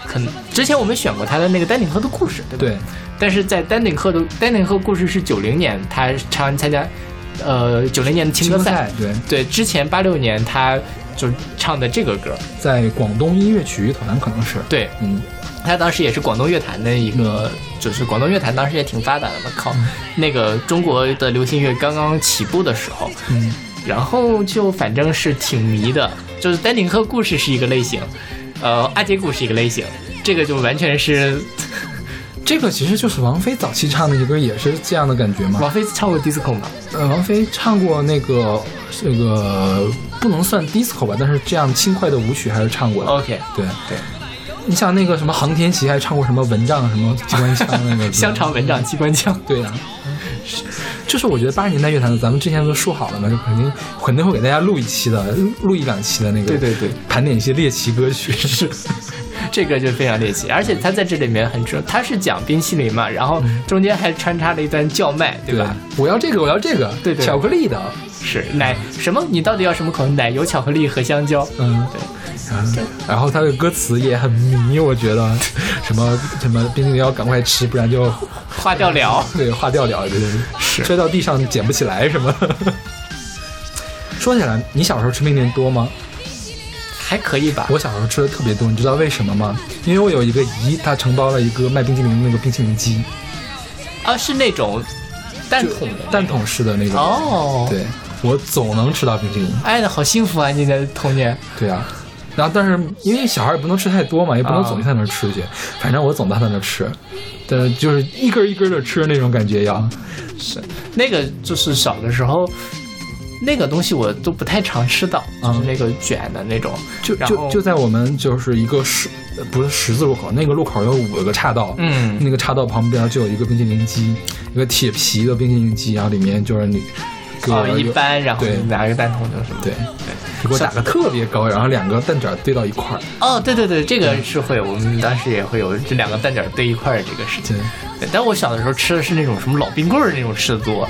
Speaker 1: 可能之前我们选过他的那个丹顶鹤的故事，对吧？
Speaker 2: 对，
Speaker 1: 但是在丹顶鹤的丹顶鹤故事是九零年，他参参加，呃，九零年的青歌
Speaker 2: 歌
Speaker 1: 赛，
Speaker 2: 赛对，
Speaker 1: 对，之前八六年他就唱的这个歌，
Speaker 2: 在广东音乐曲艺团可能是，
Speaker 1: 对，
Speaker 2: 嗯，
Speaker 1: 他当时也是广东乐坛的一个，就是广东乐坛当时也挺发达的嘛，靠，那个中国的流行乐刚刚起步的时候，
Speaker 2: 嗯，
Speaker 1: 然后就反正是挺迷的，就是丹顶鹤故事是一个类型，呃，阿杰鼓是一个类型，这个就完全是
Speaker 2: 这个其实就是王菲早期唱的一歌，也是这样的感觉嘛。
Speaker 1: 王菲唱过 disco 嘛，
Speaker 2: 呃，王菲唱过那个这个不能算 disco 吧，但是这样轻快的舞曲还是唱过的。
Speaker 1: OK
Speaker 2: 对对，你想那个什么航天旗还唱过什么蚊帐什么机关枪那个
Speaker 1: 香肠蚊帐机关枪，
Speaker 2: 对呀、啊就是我觉得八十年代乐坛，咱们之前都说好了嘛，就肯定肯定会给大家录一期的，录一两期的那个，
Speaker 1: 对对对，
Speaker 2: 盘点一些猎奇歌 曲，是，
Speaker 1: 这个就非常猎奇，而且他在这里面很重，他是讲冰淇淋嘛，然后中间还穿插了一段叫卖，对吧？？
Speaker 2: 我要这个，我要这个，
Speaker 1: 对对
Speaker 2: 巧克力的，
Speaker 1: 是奶什么？你到底要什么口味？奶油、巧克力和香蕉。
Speaker 2: 嗯，
Speaker 1: 对。
Speaker 2: 然后他的歌词也很迷，我觉得， 什么什么冰淇淋要赶快吃，不然就
Speaker 1: 化掉了。
Speaker 2: 对化掉了，对对对，
Speaker 1: 是
Speaker 2: 摔到地上捡不起来什么。 说起来，你小时候吃冰淇淋多吗？
Speaker 1: 还可以吧？
Speaker 2: 我小时候吃的特别多，你知道为什么吗？因为我有一个姨，她承包了一个卖冰淇淋的那个冰淇淋机，
Speaker 1: 啊，是那种蛋筒的
Speaker 2: 蛋筒式的那种。
Speaker 1: 哦。，
Speaker 2: 对，我总能吃到冰淇淋。
Speaker 1: 哎，好幸福啊！你的童年
Speaker 2: 对啊，然后但是因为小孩也不能吃太多嘛，也不能
Speaker 1: 啊
Speaker 2: 总去他那儿吃去，反正我总到他那儿吃，但就是一根儿一根的吃那种感觉要。
Speaker 1: 那个就是小的时候，那个东西我都不太常吃到，
Speaker 2: 嗯
Speaker 1: 就是那个卷的那种，
Speaker 2: 就
Speaker 1: 然
Speaker 2: 就
Speaker 1: 后
Speaker 2: 就在我们就是一个十呃不是十字路口，那个路口有五个岔道，
Speaker 1: 嗯
Speaker 2: 那个岔道旁边就有一个冰淇淋机，一个铁皮的冰淇淋机，然后里面就是你给我
Speaker 1: 哦一般，然后
Speaker 2: 对
Speaker 1: 你拿个蛋筒就是什么。
Speaker 2: 对，你给我打个特别高，然后两个蛋卷堆到一块儿，
Speaker 1: 哦，对对对，这个是会有，我们当时也会有这两个蛋卷堆一块儿这个事情
Speaker 2: 对。
Speaker 1: 对，但我小的时候吃的是那种什么老冰棍儿那种吃的多，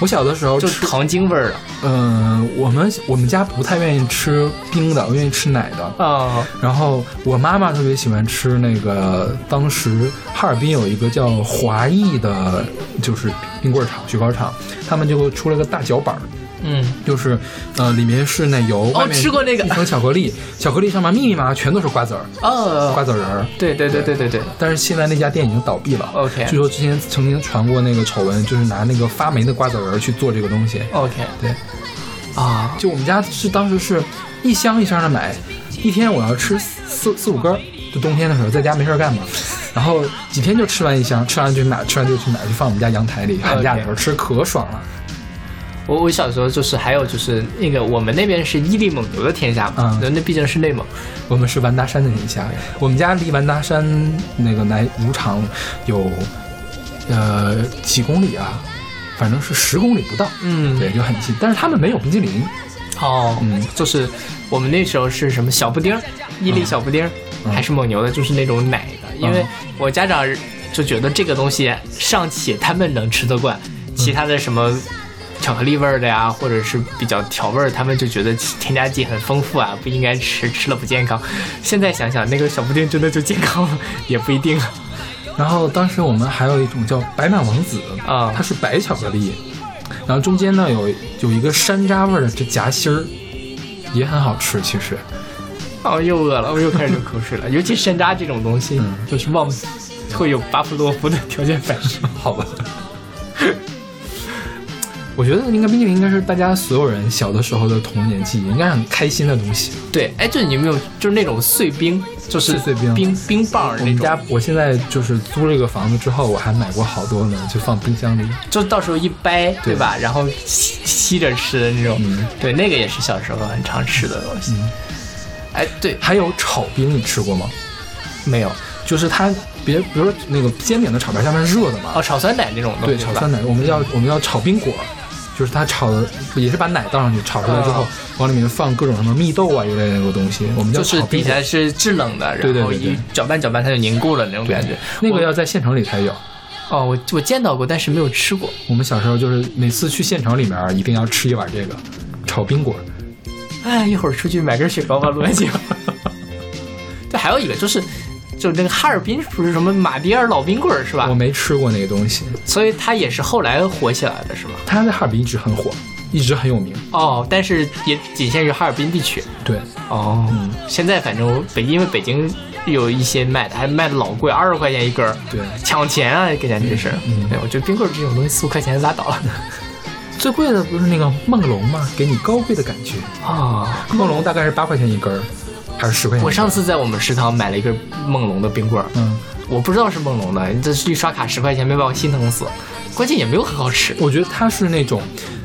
Speaker 2: 我小的时候
Speaker 1: 就
Speaker 2: 吃，
Speaker 1: 糖精味儿的。
Speaker 2: 嗯、我们我们家不太愿意吃冰的，我愿意吃奶的。
Speaker 1: 哦，
Speaker 2: 然后我妈妈特别喜欢吃那个，当时哈尔滨有一个叫华裔的，就是冰棍儿厂、雪糕厂，他们就出了个大脚板儿，
Speaker 1: 嗯。
Speaker 2: 就是呃里面是奶油，
Speaker 1: 哦
Speaker 2: 外面
Speaker 1: 吃过那个
Speaker 2: 一层巧克力，巧克力上面密密麻麻全都是瓜子儿、
Speaker 1: 哦，
Speaker 2: 瓜子仁儿。呃
Speaker 1: 对对对对对对，
Speaker 2: 但是现在那家店已经倒闭了。
Speaker 1: OK
Speaker 2: 据说之前曾经传过那个丑闻，就是拿那个发霉的瓜子仁儿去做这个东西。
Speaker 1: ，OK
Speaker 2: 对，
Speaker 1: 啊，
Speaker 2: 就我们家是当时是一箱一箱的买，一天我要吃四四五根儿，就冬天的时候在家没事儿干嘛，然后几天就吃完一箱，吃完就去买，吃完就去买，就放我们家阳台里，寒假的时候吃可爽了。
Speaker 1: 我我小时候就是还有就是那个我们那边是伊利蒙牛的天下嘛，
Speaker 2: 嗯
Speaker 1: 那毕竟是内蒙，
Speaker 2: 我们是完达山的人家，我们家离完达山那个奶乳厂有呃几公里啊，反正是十公里不到，
Speaker 1: 嗯
Speaker 2: 对，就很近。但是他们没有冰激凌，
Speaker 1: 哦，就是我们那时候是什么小布丁儿，伊利小布丁儿，还是蒙牛的，就是那种奶的。因为我家长就觉得这个东西尚且他们能吃得惯，其他的什么巧克力味儿的呀，或者是比较调味儿，他们就觉得添加剂很丰富啊，不应该吃，吃了不健康。现在想想，那个小布丁真的就健康了，也不一定。
Speaker 2: 然后当时我们还有一种叫白马王子
Speaker 1: 啊
Speaker 2: 它是白巧克力，然后中间呢有有一个山楂味儿的这夹心儿，也很好吃。其实，
Speaker 1: 哦，又饿了，我又开始流口水了。尤其山楂这种东西，就是忘会有巴甫洛夫的条件反射。
Speaker 2: 好吧。 我觉得应该冰淇淋应该是大家所有人小的时候的童年记忆，应该很开心的东西。
Speaker 1: 对，哎，就你有没有就是那种碎冰，就是
Speaker 2: 碎碎冰
Speaker 1: 冰冰棒儿
Speaker 2: 我
Speaker 1: 那
Speaker 2: 们
Speaker 1: 种，
Speaker 2: 家我现在就是租了一个房子之后，我还买过好多呢，就放冰箱里。
Speaker 1: 就到时候一掰，对嗯
Speaker 2: 对
Speaker 1: 吧？然后吸吸着吃的那种，对，那个也是小时候很常吃的东西。哎，对，
Speaker 2: 还有炒冰，你吃过吗？
Speaker 1: 没有
Speaker 2: 就是它别，比如说那个煎饼的炒边下面是热的嘛，
Speaker 1: 哦，炒酸奶那种东
Speaker 2: 对，
Speaker 1: 西，
Speaker 2: 炒
Speaker 1: 吧
Speaker 2: 酸奶，我们要我们要炒冰果，就是它炒的也是把奶倒上去，炒出来之后，
Speaker 1: 啊
Speaker 2: 往里面放各种什么蜜豆啊一类的那个东西，我们叫
Speaker 1: 就是
Speaker 2: 炒
Speaker 1: 底
Speaker 2: 冰果。
Speaker 1: 下是制冷的，
Speaker 2: 对对
Speaker 1: 然后
Speaker 2: 对对
Speaker 1: 一搅拌搅拌它就凝固了那种感觉。
Speaker 2: 那
Speaker 1: 我
Speaker 2: 个要在县城里才有。
Speaker 1: 哦，我我见到过，但是没有吃过。
Speaker 2: 我们小时候就是每次去县城里面儿一定要吃一碗这个炒冰果。
Speaker 1: 哎，一会儿出去买根雪糕吧，录完节目。 对，还有一个就是，就那个哈尔滨不是什么马迭尔老冰棍儿是吧
Speaker 2: 我？没吃过那个东西，
Speaker 1: 所以它也是后来火起来的是吗？
Speaker 2: 它在哈尔滨一直很火，一直很有名。
Speaker 1: 哦，但是也仅限于哈尔滨地区。
Speaker 2: 对，
Speaker 1: 哦，现在反正北因为北京有一些卖的，还卖的老贵，二十块钱一根儿，
Speaker 2: 对
Speaker 1: 抢钱啊，给咱这是。
Speaker 2: 嗯
Speaker 1: 对，我觉得冰棍儿这种东西四五块钱拉倒了。
Speaker 2: 最贵的不是那个梦龙吗？给你高贵的感觉。
Speaker 1: 哦，
Speaker 2: 梦龙大概是八块钱一根儿，还是十块钱一根儿？
Speaker 1: 我上次在我们食堂买了一根梦龙的冰棍儿，
Speaker 2: 嗯，
Speaker 1: 我不知道是梦龙的，这是一刷卡十块钱，没把我心疼死。关键也没有很好吃。
Speaker 2: 我觉得它是那种，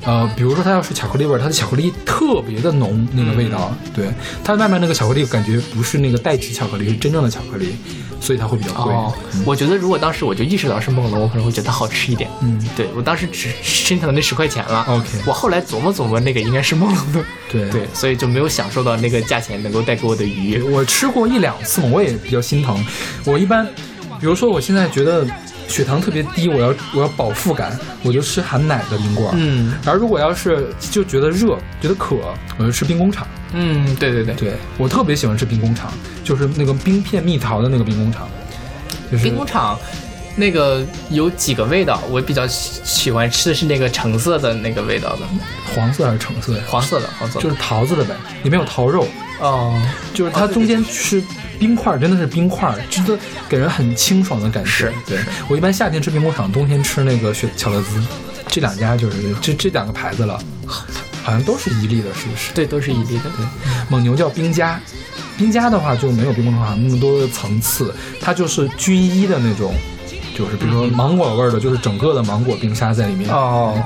Speaker 2: 呃，比如说它要是巧克力味儿，它的巧克力特别的浓，那个味道。
Speaker 1: 嗯
Speaker 2: 对，它外面那个巧克力感觉不是那个代指巧克力，是真正的巧克力，所以它会比较贵。
Speaker 1: 哦，我觉得如果当时我就意识到是梦龙，我可能会觉得好吃一点。
Speaker 2: 嗯，
Speaker 1: 对我当时只心疼那十块钱了。
Speaker 2: OK
Speaker 1: 我后来琢磨琢磨，那个应该是梦龙的。
Speaker 2: 对
Speaker 1: 对，所以就没有享受到那个价钱能够带给我的愉悦。
Speaker 2: 我吃过一两次嘛，我也比较心疼。我一般，比如说我现在觉得血糖特别低，我要我要饱腹感，我就吃含奶的冰棍。
Speaker 1: 嗯，
Speaker 2: 然后如果要是就觉得热，觉得渴，我就呃吃冰工厂。
Speaker 1: 嗯，对对对，
Speaker 2: 对我特别喜欢吃冰工厂，就是那个冰片蜜桃的那个冰工厂。就是
Speaker 1: 冰工厂。那个有几个味道，我比较喜喜欢吃的是那个橙色的那个味道的，
Speaker 2: 黄色还是橙色呀？
Speaker 1: 黄色的，黄色的。
Speaker 2: 就是桃子的呗，里面有桃肉，
Speaker 1: 哦，
Speaker 2: 就是它中间是冰块，真的是冰块，真的给人很清爽的感觉。
Speaker 1: 是
Speaker 2: 对我一般夏天吃冰工厂，冬天吃那个雪巧乐兹，这两家就是这这两个牌子了，好像都是伊利的，是不是？
Speaker 1: 对，都是一粒的。
Speaker 2: 蒙牛叫冰家，冰家的话就没有冰工厂那么多的层次，它就是均一的那种，就是比如说芒果味儿的，就是整个的芒果冰沙在里面。
Speaker 1: 嗯哦，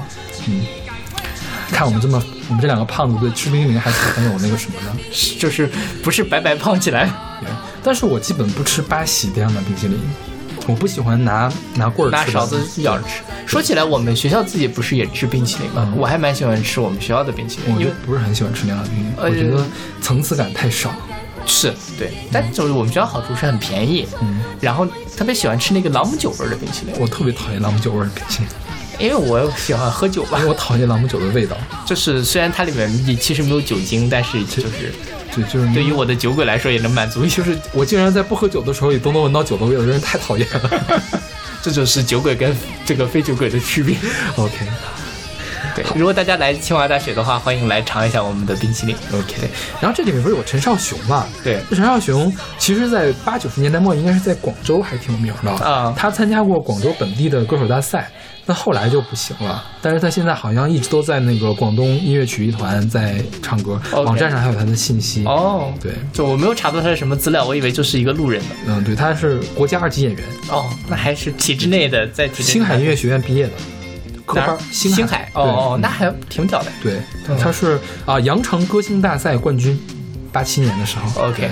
Speaker 2: 看我们这么，我们这两个胖子对吃冰淇淋还是很有那个什么的。
Speaker 1: 就是不是白白胖起来，
Speaker 2: 对但是我基本不吃八喜这样的冰淇淋，我不喜欢拿拿棍儿
Speaker 1: 拿
Speaker 2: 吃的
Speaker 1: 勺子咬着吃。说起来，我们学校自己不是也吃冰淇淋吗？
Speaker 2: 嗯
Speaker 1: 我还蛮喜欢吃我们学校的冰淇淋，
Speaker 2: 我
Speaker 1: 因
Speaker 2: 就
Speaker 1: 为
Speaker 2: 不是很喜欢吃那样的冰淇淋，
Speaker 1: 呃
Speaker 2: 我觉得层次感太少。
Speaker 1: 是对，但就是我们学校好处是很便宜，然后特别喜欢吃那个朗姆酒味儿的冰淇淋，
Speaker 2: 我特别讨厌朗姆酒味儿的冰淇淋，
Speaker 1: 因为我喜欢喝酒吧
Speaker 2: 因为，我讨厌朗姆酒的味道。
Speaker 1: 就是虽然它里面也其实没有酒精，但是就是
Speaker 2: 对，就是
Speaker 1: 对于我的酒鬼来说也能满足一下，
Speaker 2: 就是我竟然在不喝酒的时候也都能闻到酒的味道，真是太讨厌了。
Speaker 1: 这就是酒鬼跟 这个非酒鬼的区别。
Speaker 2: OK
Speaker 1: 对，如果大家来清华大学的话，欢迎来尝一下我们的冰淇淋。
Speaker 2: OK，然后这里面不是有陈少雄嘛？
Speaker 1: 对
Speaker 2: 这陈少雄其实，在八九十年代末应该是在广州还挺有名的
Speaker 1: 啊
Speaker 2: 他参加过广州本地的歌手大赛，但后来就不行了。但是他现在好像一直都在那个广东音乐曲艺团在唱歌
Speaker 1: OK
Speaker 2: 网站上还有他的信息。
Speaker 1: 哦，
Speaker 2: 对
Speaker 1: 就我没有查到他是什么资料，我以为就是一个路人的。
Speaker 2: 嗯，对，他是国家二级演员，
Speaker 1: 哦，那还是体制内的，在体制内
Speaker 2: 星海音乐学院毕业的，科
Speaker 1: 哪
Speaker 2: 班儿？
Speaker 1: 儿
Speaker 2: 星
Speaker 1: 星
Speaker 2: 海
Speaker 1: 海。
Speaker 2: 对嗯
Speaker 1: 哦哦，那还挺屌的。
Speaker 2: 对，他是啊羊城歌星大赛冠军，八七年的时候。
Speaker 1: OK，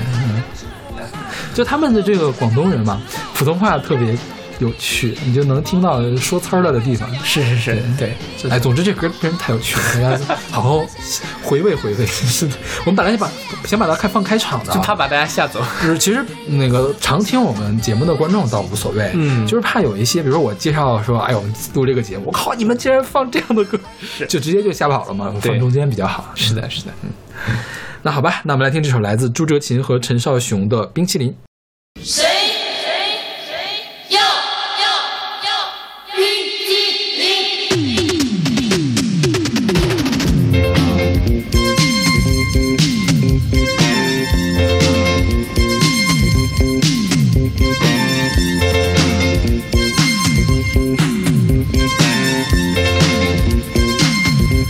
Speaker 2: 就他们的这个广东人嘛，普通话特别有趣，你就能听到说呲儿了的地方。
Speaker 1: 是是是，对，就
Speaker 2: 哎，总之这歌真太有趣了，大家好好回味回味。是的，我们本来想把想把它开放开场的啊，
Speaker 1: 就怕把大家吓走。
Speaker 2: 就是其实嗯那个常听我们节目的观众倒无所谓，
Speaker 1: 嗯
Speaker 2: 就是怕有一些，比如说我介绍说，哎，我们录这个节目，我靠，你们竟然放这样的歌，就直接就吓跑了嘛，
Speaker 1: 对
Speaker 2: 放中间比较好。嗯
Speaker 1: 是的，是的，
Speaker 2: 那好吧，那我们来听这首来自朱哲琴和陈少雄的《冰淇淋》。
Speaker 8: 谁谁谁要要要冰激凌？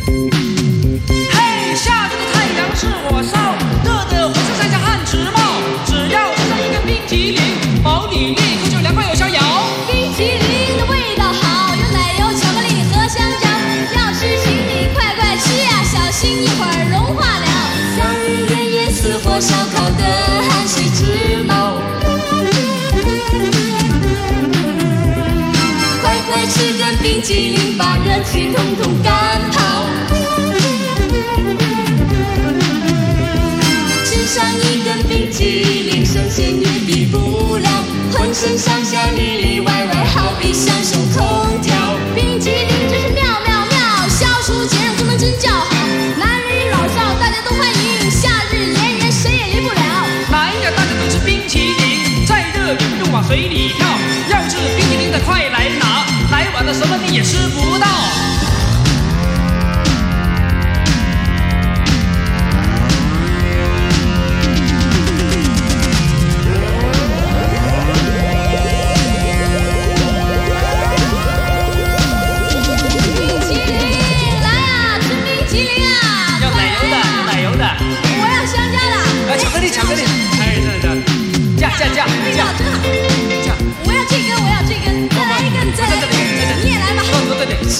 Speaker 9: 嘿，夏天的太阳是我烧，热得我身上像汗直冒。只要吃上一个冰淇淋，毛里立刻就凉快又逍遥。
Speaker 10: 冰淇淋的味道好，有奶油、巧克力和香蕉。要吃，请你快快吃呀，小心一会儿融化了。夏日炎炎似火烧烤的汗水直冒。快快吃根冰淇淋，把热气统统赶跑。吃上一根冰淇淋，神仙也比不了，浑身上下里里外外，好比享受空调。冰淇淋真是妙妙妙，消暑解热功能真叫好，男女老少大家都欢迎，夏日炎炎谁也离不了。
Speaker 9: 来呀，大家都吃冰淇淋，再热也不用往嘴里跳。要吃冰淇淋的快来拿，来晚了什么你也吃不到。
Speaker 10: 冰淇淋来呀，吃冰淇淋啊！
Speaker 9: 要奶油的，要奶油的，
Speaker 10: 我要香蕉的。
Speaker 9: 来巧克力，巧克力，哎，对对，加加加
Speaker 10: 味道
Speaker 9: 加
Speaker 10: 真好。
Speaker 9: 加，
Speaker 10: 我要这根，我要这根，再来一根，再来一根，你也来吧。
Speaker 9: 多多对对。
Speaker 10: 是，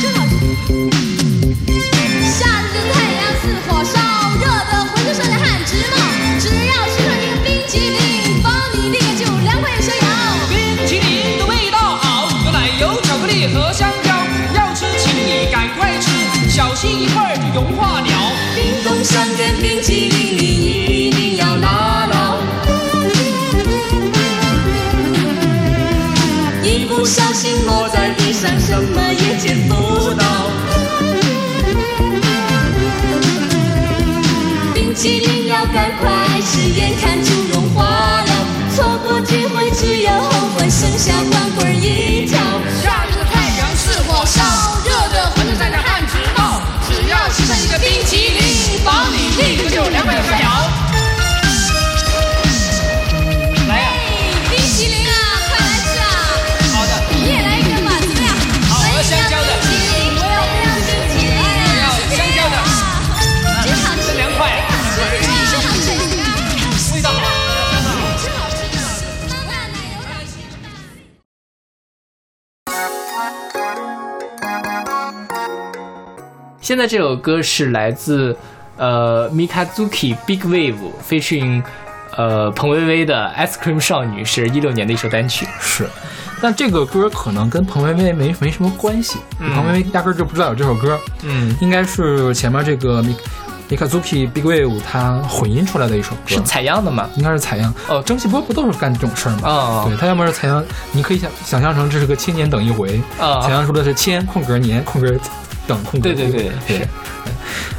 Speaker 10: 真好吃。夏日的太阳似火烧，热得浑身上下汗直冒。只要吃上一个冰淇淋，保你立刻就凉快又逍遥。
Speaker 9: 冰淇淋的味道好，有奶油、巧克力和香蕉。要吃，请你赶快吃，小心一会儿就融化了。
Speaker 10: 冰冻三根冰淇淋，你一定要拿到。一不小心落在地上，什么也捡不到。冰淇淋要赶快吃，眼看就融化了，错过这回只有后悔，剩下光棍儿一条。
Speaker 9: 夏日的太阳是火烧，热得浑身上下汗直冒。只要吃上一个冰淇淋，保你立刻就凉快又逍遥。来呀，
Speaker 10: 冰淇淋啊，快来吃啊！
Speaker 9: 好的，
Speaker 10: 你也来一根吧，怎么样？
Speaker 9: 哎好
Speaker 10: 来
Speaker 9: 我要
Speaker 10: 一
Speaker 9: 香蕉的
Speaker 10: 张冰淇淋，我要冰淇淋，
Speaker 9: 我要香蕉的嗯
Speaker 10: 啊，真好吃，
Speaker 9: 真凉快，哎
Speaker 10: 真好吃，真好吃。
Speaker 9: 味道好。
Speaker 1: 现在这首歌是来自呃 Mikazuki Big Wave featuring 呃彭薇薇的《Ice Cream 少女》，是一六年的一首单曲。
Speaker 2: 是，但这个歌可能跟彭薇薇没没什么关系，彭薇薇压根儿就不知道有这首歌，
Speaker 1: 嗯，
Speaker 2: 应该是前面这个米米卡 Zuki Big Wave 他混音出来的一首歌
Speaker 1: 是。采样的嘛？
Speaker 2: 应该是采样
Speaker 1: 哦
Speaker 2: 蒸汽波不都是干这种事儿吗？
Speaker 1: 哦
Speaker 2: 对他要么是采样，你可以想想象成这是个千年等一回，
Speaker 1: 哦
Speaker 2: 采样出的是千空格年空格等空格
Speaker 1: 对对对
Speaker 2: 对
Speaker 1: 是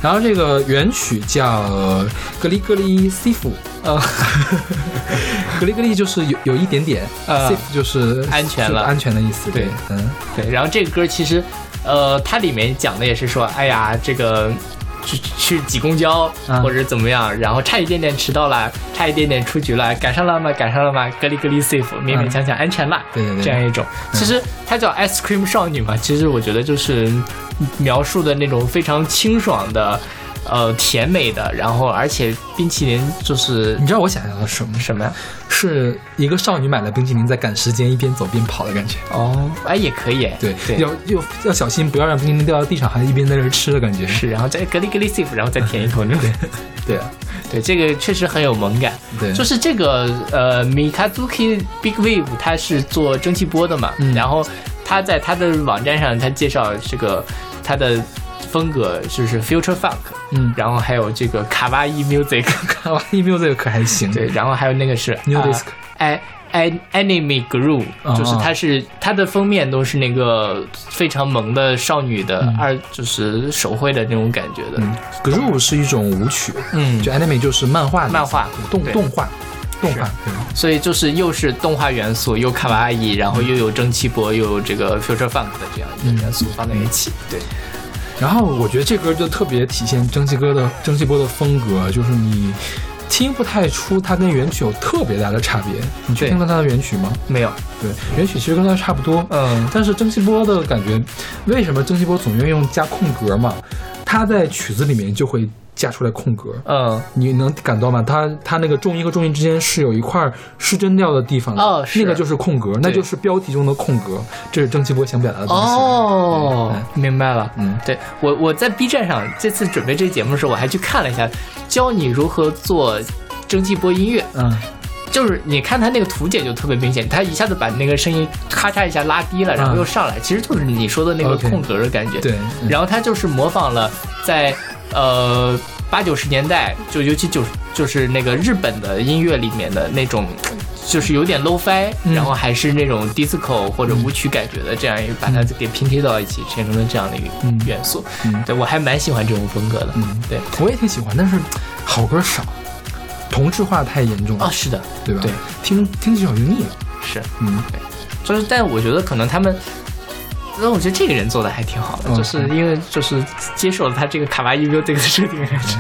Speaker 2: 然后这个原曲叫呃《格里格里西弗》，
Speaker 1: 啊
Speaker 2: 呃，格里格里就是有有一点点
Speaker 1: 呃
Speaker 2: ，safe 就是
Speaker 1: 安全
Speaker 2: 就
Speaker 1: 了
Speaker 2: 是安全的意思。
Speaker 1: 对
Speaker 2: 对，嗯，
Speaker 1: 对，然后这个歌其实，呃，它里面讲的也是说，哎呀，这个去去挤公交
Speaker 2: 嗯
Speaker 1: 或者怎么样，然后差一点点迟到了，差一点点出局了，赶上了吗？赶上了吗？咯哩咯哩 safe，勉勉强强安全啦，
Speaker 2: 嗯对对对
Speaker 1: 这样一种。其实它叫 ice cream 少女嘛，其实我觉得就是描述的那种非常清爽的，呃，甜美的，然后而且冰淇淋就是
Speaker 2: 你知道我想要的是什么？
Speaker 1: 什么呀？
Speaker 2: 是一个少女买了冰淇淋，在赶时间，一边走边跑的感觉。
Speaker 1: 哦，哎，也可以哎，
Speaker 2: 对，
Speaker 1: 对。
Speaker 2: 要要要小心，不要让冰淇淋掉到地上，还一边在这儿吃的感觉。
Speaker 1: 是，然后再咯哩咯哩 safe，然后再舔一口那种。
Speaker 2: 对啊，
Speaker 1: 对，这个确实很有萌感。
Speaker 2: 对
Speaker 1: 就是这个呃，Mikazuki Big Wave，它是做蒸汽波的嘛，
Speaker 2: 嗯
Speaker 1: 然后他在他的网站上，他介绍这个他的风格就是 Future Funk，
Speaker 2: 嗯
Speaker 1: 然后还有这个卡哇伊 Music，
Speaker 2: 卡哇伊 music 可还行，
Speaker 1: 对，然后还有那个是
Speaker 2: New
Speaker 1: 呃
Speaker 2: Disc
Speaker 1: I I Anime Groove，、
Speaker 2: 哦
Speaker 1: 就是它是它的封面都是那个非常萌的少女的、
Speaker 2: 嗯
Speaker 1: 二，就是手绘的那种感觉的，
Speaker 2: groove 是一种舞曲，
Speaker 1: 嗯
Speaker 2: 就 anime 就是漫画的
Speaker 1: 漫画
Speaker 2: 动
Speaker 1: 对
Speaker 2: 动画动画，对
Speaker 1: 所以就是又是动画元素，又卡哇伊，然后又有蒸汽波，又有这个 future funk 的这样一个元素放在一起，对，
Speaker 2: 然后我觉得这歌就特别体现蒸汽歌的蒸汽波的风格，就是你听不太出它跟原曲有特别大的差别。你去
Speaker 1: 对
Speaker 2: 听到它的原曲吗？
Speaker 1: 没有，
Speaker 2: 对，原曲其实跟它差不多。
Speaker 1: 嗯
Speaker 2: 但是蒸汽波的感觉，为什么蒸汽波总愿意用加空格嘛？它在曲子里面就会加出来空格。
Speaker 1: 嗯，
Speaker 2: 你能感到吗？它它那个重音和重音之间是有一块失真掉的地方的，
Speaker 1: 哦是
Speaker 2: 那个就是空格，那就是标题中的空格，这是蒸汽波想表达的东西。
Speaker 1: 哦，明白了。
Speaker 2: 嗯
Speaker 1: 对我我在 B 站上这次准备这节目的时候，我还去看了一下，教你如何做蒸汽波音乐。
Speaker 2: 嗯，
Speaker 1: 就是你看他那个图解就特别明显，他一下子把那个声音咔嚓一下拉低了，然后又上来，其实就是你说的那个
Speaker 2: OK
Speaker 1: 空格的感觉。
Speaker 2: 对嗯
Speaker 1: 然后他就是模仿了在呃八九十年代，就尤其九就是那个日本的音乐里面的那种。就是有点 low fi，、然
Speaker 2: 嗯
Speaker 1: 后还是那种 disco 或者舞曲感觉的，这样一个把它给拼贴到一起，形成了这样的一个元素。
Speaker 2: 嗯
Speaker 1: 对我还蛮喜欢这种风格的。对，
Speaker 2: 我也挺喜欢，但是好歌少，同质化太严重了，
Speaker 1: 啊，是的，
Speaker 2: 对吧？
Speaker 1: 对，
Speaker 2: 听听几首就腻了。
Speaker 1: 是，
Speaker 2: 嗯，
Speaker 1: 就是，但我觉得可能他们，那我觉得这个人做的还挺好的，
Speaker 2: 嗯
Speaker 1: 就是因为就是接受了他这个卡哇伊 music 的设定，还是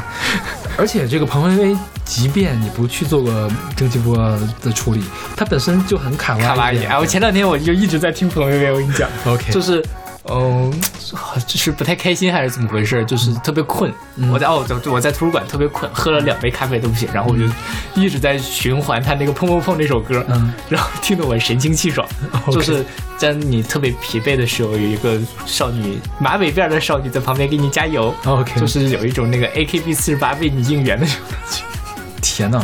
Speaker 2: 而且这个庞薇薇，即便你不去做个蒸汽波的处理，它本身就很卡哇伊
Speaker 1: 卡哇伊
Speaker 2: 的
Speaker 1: 啊！我前两天我就一直在听朋友我跟你讲，
Speaker 2: OK，
Speaker 1: 就是。嗯，就是不太开心还是怎么回事？就是特别困，
Speaker 2: 嗯
Speaker 1: 我在哦，我在图书馆特别困，喝了两杯咖啡都不行，然后我就一直在循环他那个《砰砰砰》那首歌，
Speaker 2: 嗯
Speaker 1: 然后听得我神清气爽，
Speaker 2: OK
Speaker 1: 就是在你特别疲惫的时候，有一个少女马尾辫儿的少女在旁边给你加油，
Speaker 2: OK，
Speaker 1: 就是有一种那个 AKB 四十八为你应援的那种感觉。
Speaker 2: 天呐，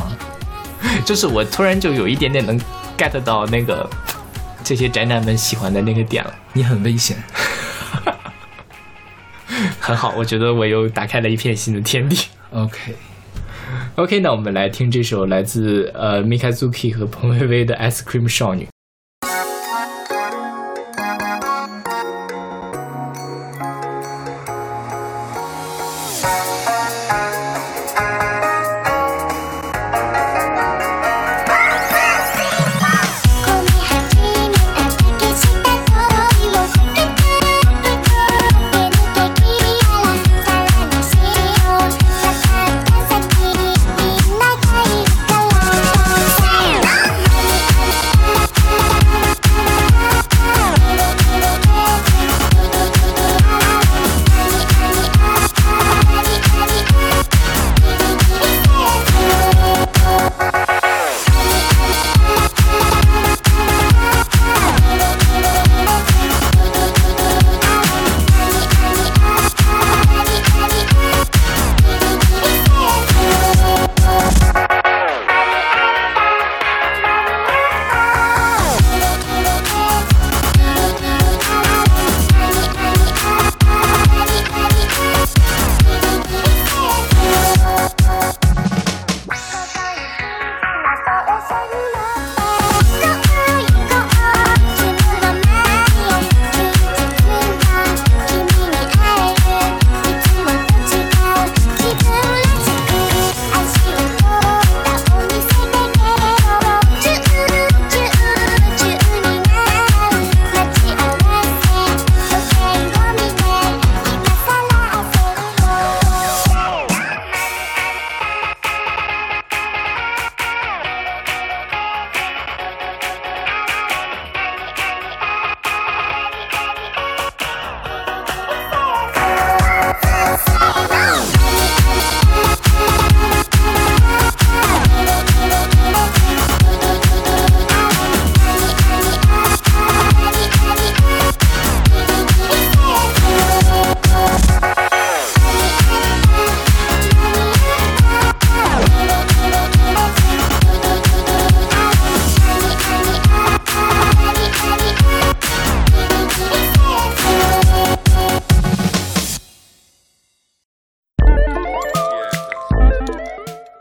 Speaker 1: 就是我突然就有一点点能 get 到那个这些宅男们喜欢的那个点了，
Speaker 2: 你很危险。
Speaker 1: 很好，我觉得我又打开了一片新的天地。
Speaker 2: OK，
Speaker 1: OK，那我们来听这首来自呃 Mikazuki 和彭薇薇的《Ice Cream 少女》。
Speaker 6: 「こみはじめた竹下通りをふけふけって抜けきりあらさらにしよう」「さかった先にみんながいるから」「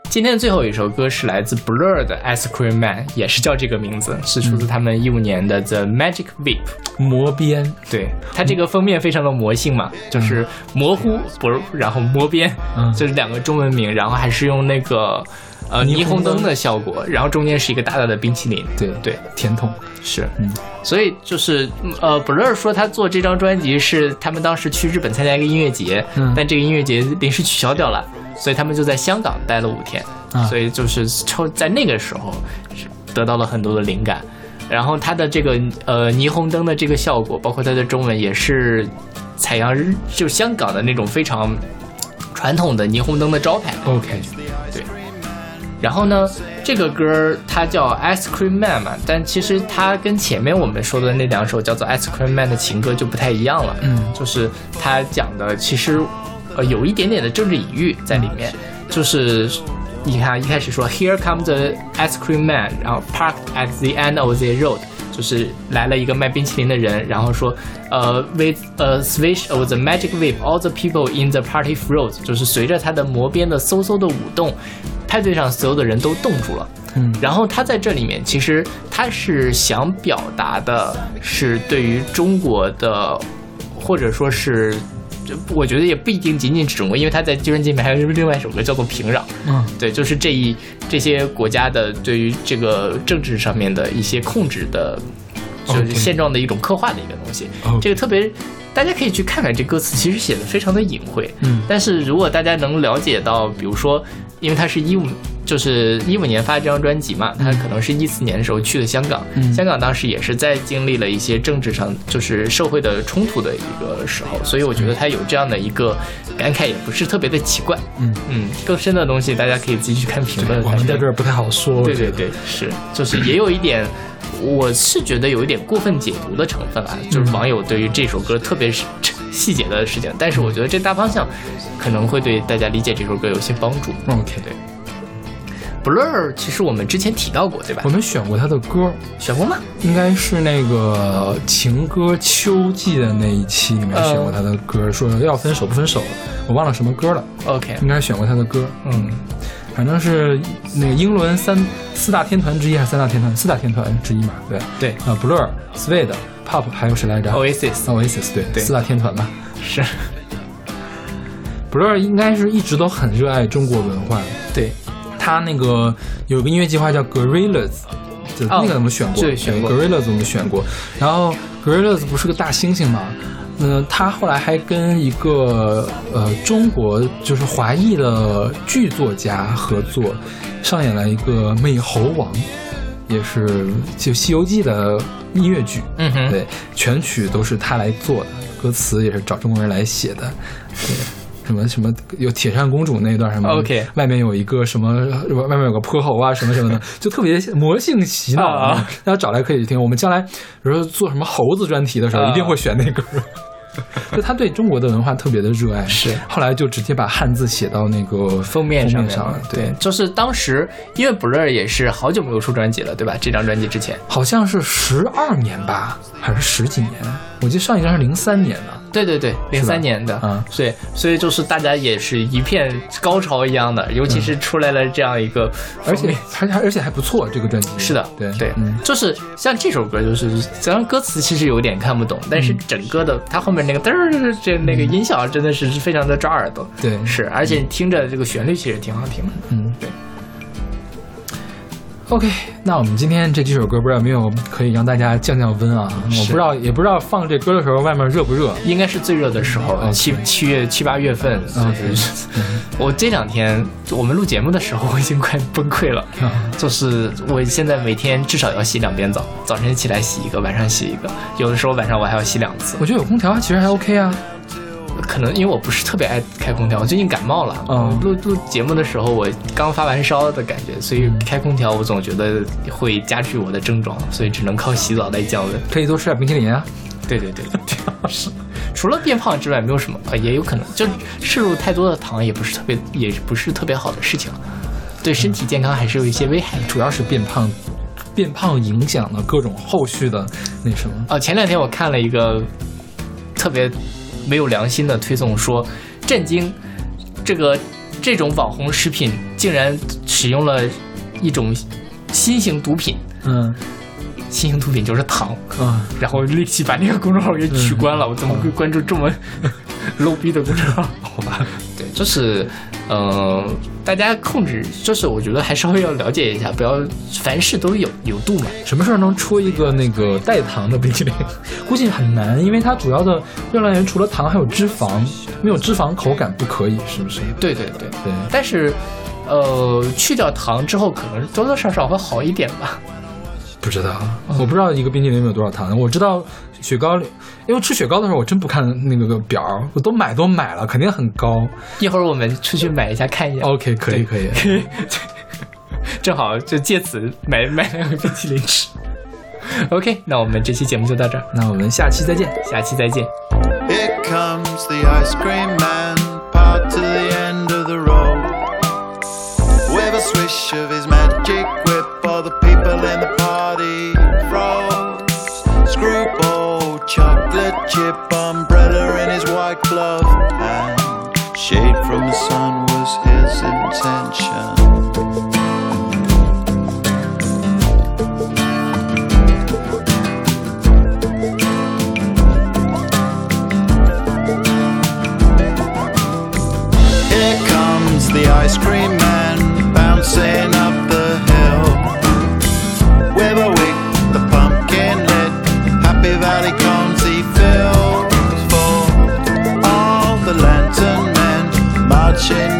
Speaker 1: 今天的最后一首歌是来自 Blur 的《Ice Cream Man》，也是叫这个名字，是出自他们一五年的《The Magic Whip》。
Speaker 2: 磨边，
Speaker 1: 对它这个封面非常的魔性嘛，就是模糊不，然后摸边，就是两个中文名，然后还是用那个呃
Speaker 2: 霓
Speaker 1: 霓
Speaker 2: 虹
Speaker 1: 虹
Speaker 2: 灯
Speaker 1: 灯的效果，然后中间是一个大大的冰淇淋。
Speaker 2: 对
Speaker 1: 对，
Speaker 2: 甜筒，
Speaker 1: 是，
Speaker 2: 嗯
Speaker 1: 所以就是嗯呃，Blur 说他做这张专辑是他们当时去日本参加一个音乐节，
Speaker 2: 嗯
Speaker 1: 但这个音乐节临时取消掉了，所以他们就在香港待了五天，
Speaker 2: 啊
Speaker 1: 所以就是抽在那个时候是得到了很多的灵感。然后它的这个呃霓虹灯的这个效果，包括它的中文也是采样日就香港的那种非常传统的霓虹灯的招牌。
Speaker 2: OK，
Speaker 1: 对。然后呢，这个歌儿它叫《Ice Cream Man》嘛，但其实它跟前面我们说的那两首叫做《Ice Cream Man》的情歌就不太一样了。
Speaker 2: 嗯
Speaker 1: 就是它讲的其实呃有一点点的政治隐喻在里面，就是。你看，一开始说 “Here comes the ice cream man”，然后 “parked at the end of the road”，就是来了一个卖冰淇淋的人，然后说，呃，“with a swish of the magic whip, all the people in the party froze”，就是随着他的磨边的嗖嗖的舞动，派对上所有的人都冻住了。
Speaker 2: 嗯
Speaker 1: 然后他在这里面，其实他是想表达的是对于中国的，或者说是，这我觉得也不一定仅仅指中国，因为他在《计算机里面还有另外一首歌叫做《平壤》，
Speaker 2: 嗯
Speaker 1: 对，就是这一这些国家的对于这个政治上面的一些控制的，就是
Speaker 2: OK
Speaker 1: 现状的一种刻画的一个东西。
Speaker 2: OK
Speaker 1: 这个特别，大家可以去看看这歌词，其实写的非常的隐晦。
Speaker 2: 嗯
Speaker 1: 但是如果大家能了解到，比如说，因为他是一五，就是一五年发这张专辑嘛，他可能是一四年的时候去的香港，
Speaker 2: 嗯
Speaker 1: 香港当时也是在经历了一些政治上就是社会的冲突的一个时候，所以我觉得他有这样的一个感慨也不是特别的奇怪。
Speaker 2: 嗯
Speaker 1: 嗯，更深的东西大家可以自己去看评论。
Speaker 2: 我们在这儿不太好说，
Speaker 1: 对
Speaker 2: 我觉
Speaker 1: 对
Speaker 2: 得
Speaker 1: 对，是，就是也有一点，我是觉得有一点过分解读的成分啊，
Speaker 2: 嗯
Speaker 1: 就是网友对于这首歌特别是细节的事情，但是我觉得这大方向可能会对大家理解这首歌有些帮助。
Speaker 2: OK，
Speaker 1: 对。Blur 其实我们之前提到过，对吧
Speaker 2: 我？们选过他的歌，
Speaker 1: 选过吗？
Speaker 2: 应该是那个情歌秋季的那一期里面选
Speaker 1: 嗯
Speaker 2: 过他的歌，说要分手不分手，我忘了什么歌了，
Speaker 1: OK，
Speaker 2: 应该选过他的歌，
Speaker 1: 嗯，
Speaker 2: 反正是那个英伦三四大天团之一还是三大天团？四大天团之一嘛，对
Speaker 1: 对
Speaker 2: 呃，Blur、Suede、Pop 还有谁来着
Speaker 1: Oasis
Speaker 2: Oasis 对
Speaker 1: 对
Speaker 2: 四大天团吧。
Speaker 1: 是
Speaker 2: Blur 应该是一直都很热爱中国文化，
Speaker 1: 对，
Speaker 2: 他那个有个音乐计划叫 Gorillas，就那个我哦们选过，
Speaker 1: 对选过
Speaker 2: Gorillas 我们选过。然后 Gorillas 不是个大猩猩嘛？嗯、他后来还跟一个呃中国就是华裔的剧作家合作，上演了一个《美猴王》，也是就《西游记》的音乐剧。
Speaker 1: 嗯哼
Speaker 2: 对，全曲都是他来做的，歌词也是找中国人来写的。对，什么什么有铁扇公主那段什么
Speaker 1: OK
Speaker 2: 外面有一个什么，外面有个泼猴啊，什么什么的，就特别魔性洗脑
Speaker 1: 啊
Speaker 2: 啊。大家找来可以听。我们将来比如说做什么猴子专题的时候，
Speaker 1: 啊
Speaker 2: 一定会选那个。 就他对中国的文化特别的热爱，
Speaker 1: 是
Speaker 2: 后来就直接把汉字写到那个
Speaker 1: 封面上
Speaker 2: 上
Speaker 1: 面
Speaker 2: 了
Speaker 1: 了，
Speaker 2: 对，
Speaker 1: 就是当时因为 Blur 也是好久没有出专辑了，对吧？这张专辑之前，
Speaker 2: 好像是十二年吧，还是十几年？我记得上一张是零三年的。
Speaker 1: 对对对，零
Speaker 2: 是吧
Speaker 1: 三年的，
Speaker 2: 嗯
Speaker 1: 对，所以就是大家也是一片高潮一样的，尤其
Speaker 2: 嗯
Speaker 1: 是出来了这样一个
Speaker 2: 而
Speaker 1: 封面，
Speaker 2: 且而且而且还不错，这个专辑
Speaker 1: 是的，
Speaker 2: 对
Speaker 1: 对，
Speaker 2: 嗯，
Speaker 1: 就是像这首歌，就是虽然歌词其实有点看不懂，但是
Speaker 2: 嗯
Speaker 1: 整个的它后面那个嘚儿这那个音效真的是非常的抓耳朵，
Speaker 2: 对
Speaker 1: 是，而且听着这个旋律其实挺好听的，
Speaker 2: 嗯
Speaker 1: 对。
Speaker 2: OK，那我们今天这几首歌不知道有没有可以让大家降降温啊？我不知道，也不知道放这歌的时候外面热不热。
Speaker 1: 应该是最热的时候，
Speaker 2: 嗯 OK 嗯
Speaker 1: 七七月七八月份。就是 我这两天我们录节目的时候，我已经快崩溃了。
Speaker 2: 嗯
Speaker 1: 就是我现在每天至少要洗两遍澡，早晨起来洗一个，晚上洗一个，有的时候晚上我还要洗两次。
Speaker 2: 我觉得有空调其实还 OK 啊。
Speaker 1: 可能因为我不是特别爱开空调，我最近感冒了。
Speaker 2: 嗯
Speaker 1: 录录节目的时候我刚发完烧的感觉，所
Speaker 2: 嗯
Speaker 1: 以开空调我总觉得会加剧我的症状，所以只能靠洗澡来降温。
Speaker 2: 可以多吃点冰淇淋啊。
Speaker 1: 对对对，是。除了变胖之外，没有什么，呃，也有可能就是摄入太多的糖，也不是特别，也不是特别好的事情，对身体健康还是有一些危害的。
Speaker 2: 主要是变胖，变胖影响了各种后续的那什么。
Speaker 1: 哦、前两天我看了一个特别没有良心的推送说，震惊，这个这种网红食品竟然使用了一种新型毒品，
Speaker 2: 嗯，
Speaker 1: 新型毒品就是糖，
Speaker 2: 啊，
Speaker 1: 然后立即把那个公众号给取关了。我怎么会关注这么 low 逼的公众号？ 好吧，对，就是，嗯、大家控制，就是我觉得还稍微要了解一下，不要凡事都有有度嘛。
Speaker 2: 什么时候能出一个那个代糖的冰淇淋？ 估计很难，因为它主要的热量来源除了糖还有脂肪，没有脂肪口感不可以，是不是？
Speaker 1: 对对对
Speaker 2: 对，
Speaker 1: 但是，呃，去掉糖之后，可能多多少少会好一点吧。
Speaker 2: 不知道，我不知道一个冰淇淋里面有多少糖。我知道雪糕里，因为吃雪糕的时候我真不看那个表，我都买都买了，肯定很高。
Speaker 1: 一会儿我们出去买一下看一下。
Speaker 2: OK，可以可以。
Speaker 1: 哦 正好就借此买买两个冰淇淋 吃。OK，那我们这期节目就到这儿，
Speaker 2: 那我们下期再见，
Speaker 1: 下期再见。
Speaker 7: Here comes the ice cream man, part to the end of the road. With a swish of his magic whip, all the people in the party froze. Screwball, chocolate chip, umbrella in his white glove hand. Shade from the sun was his intention. Here comes the ice cream man bouncing up the hill. With a wick, the pumpkin lit, Happy Valley cones he fills for all the lantern men
Speaker 5: Oh, oh.
Speaker 7: marching
Speaker 5: Oh, uh,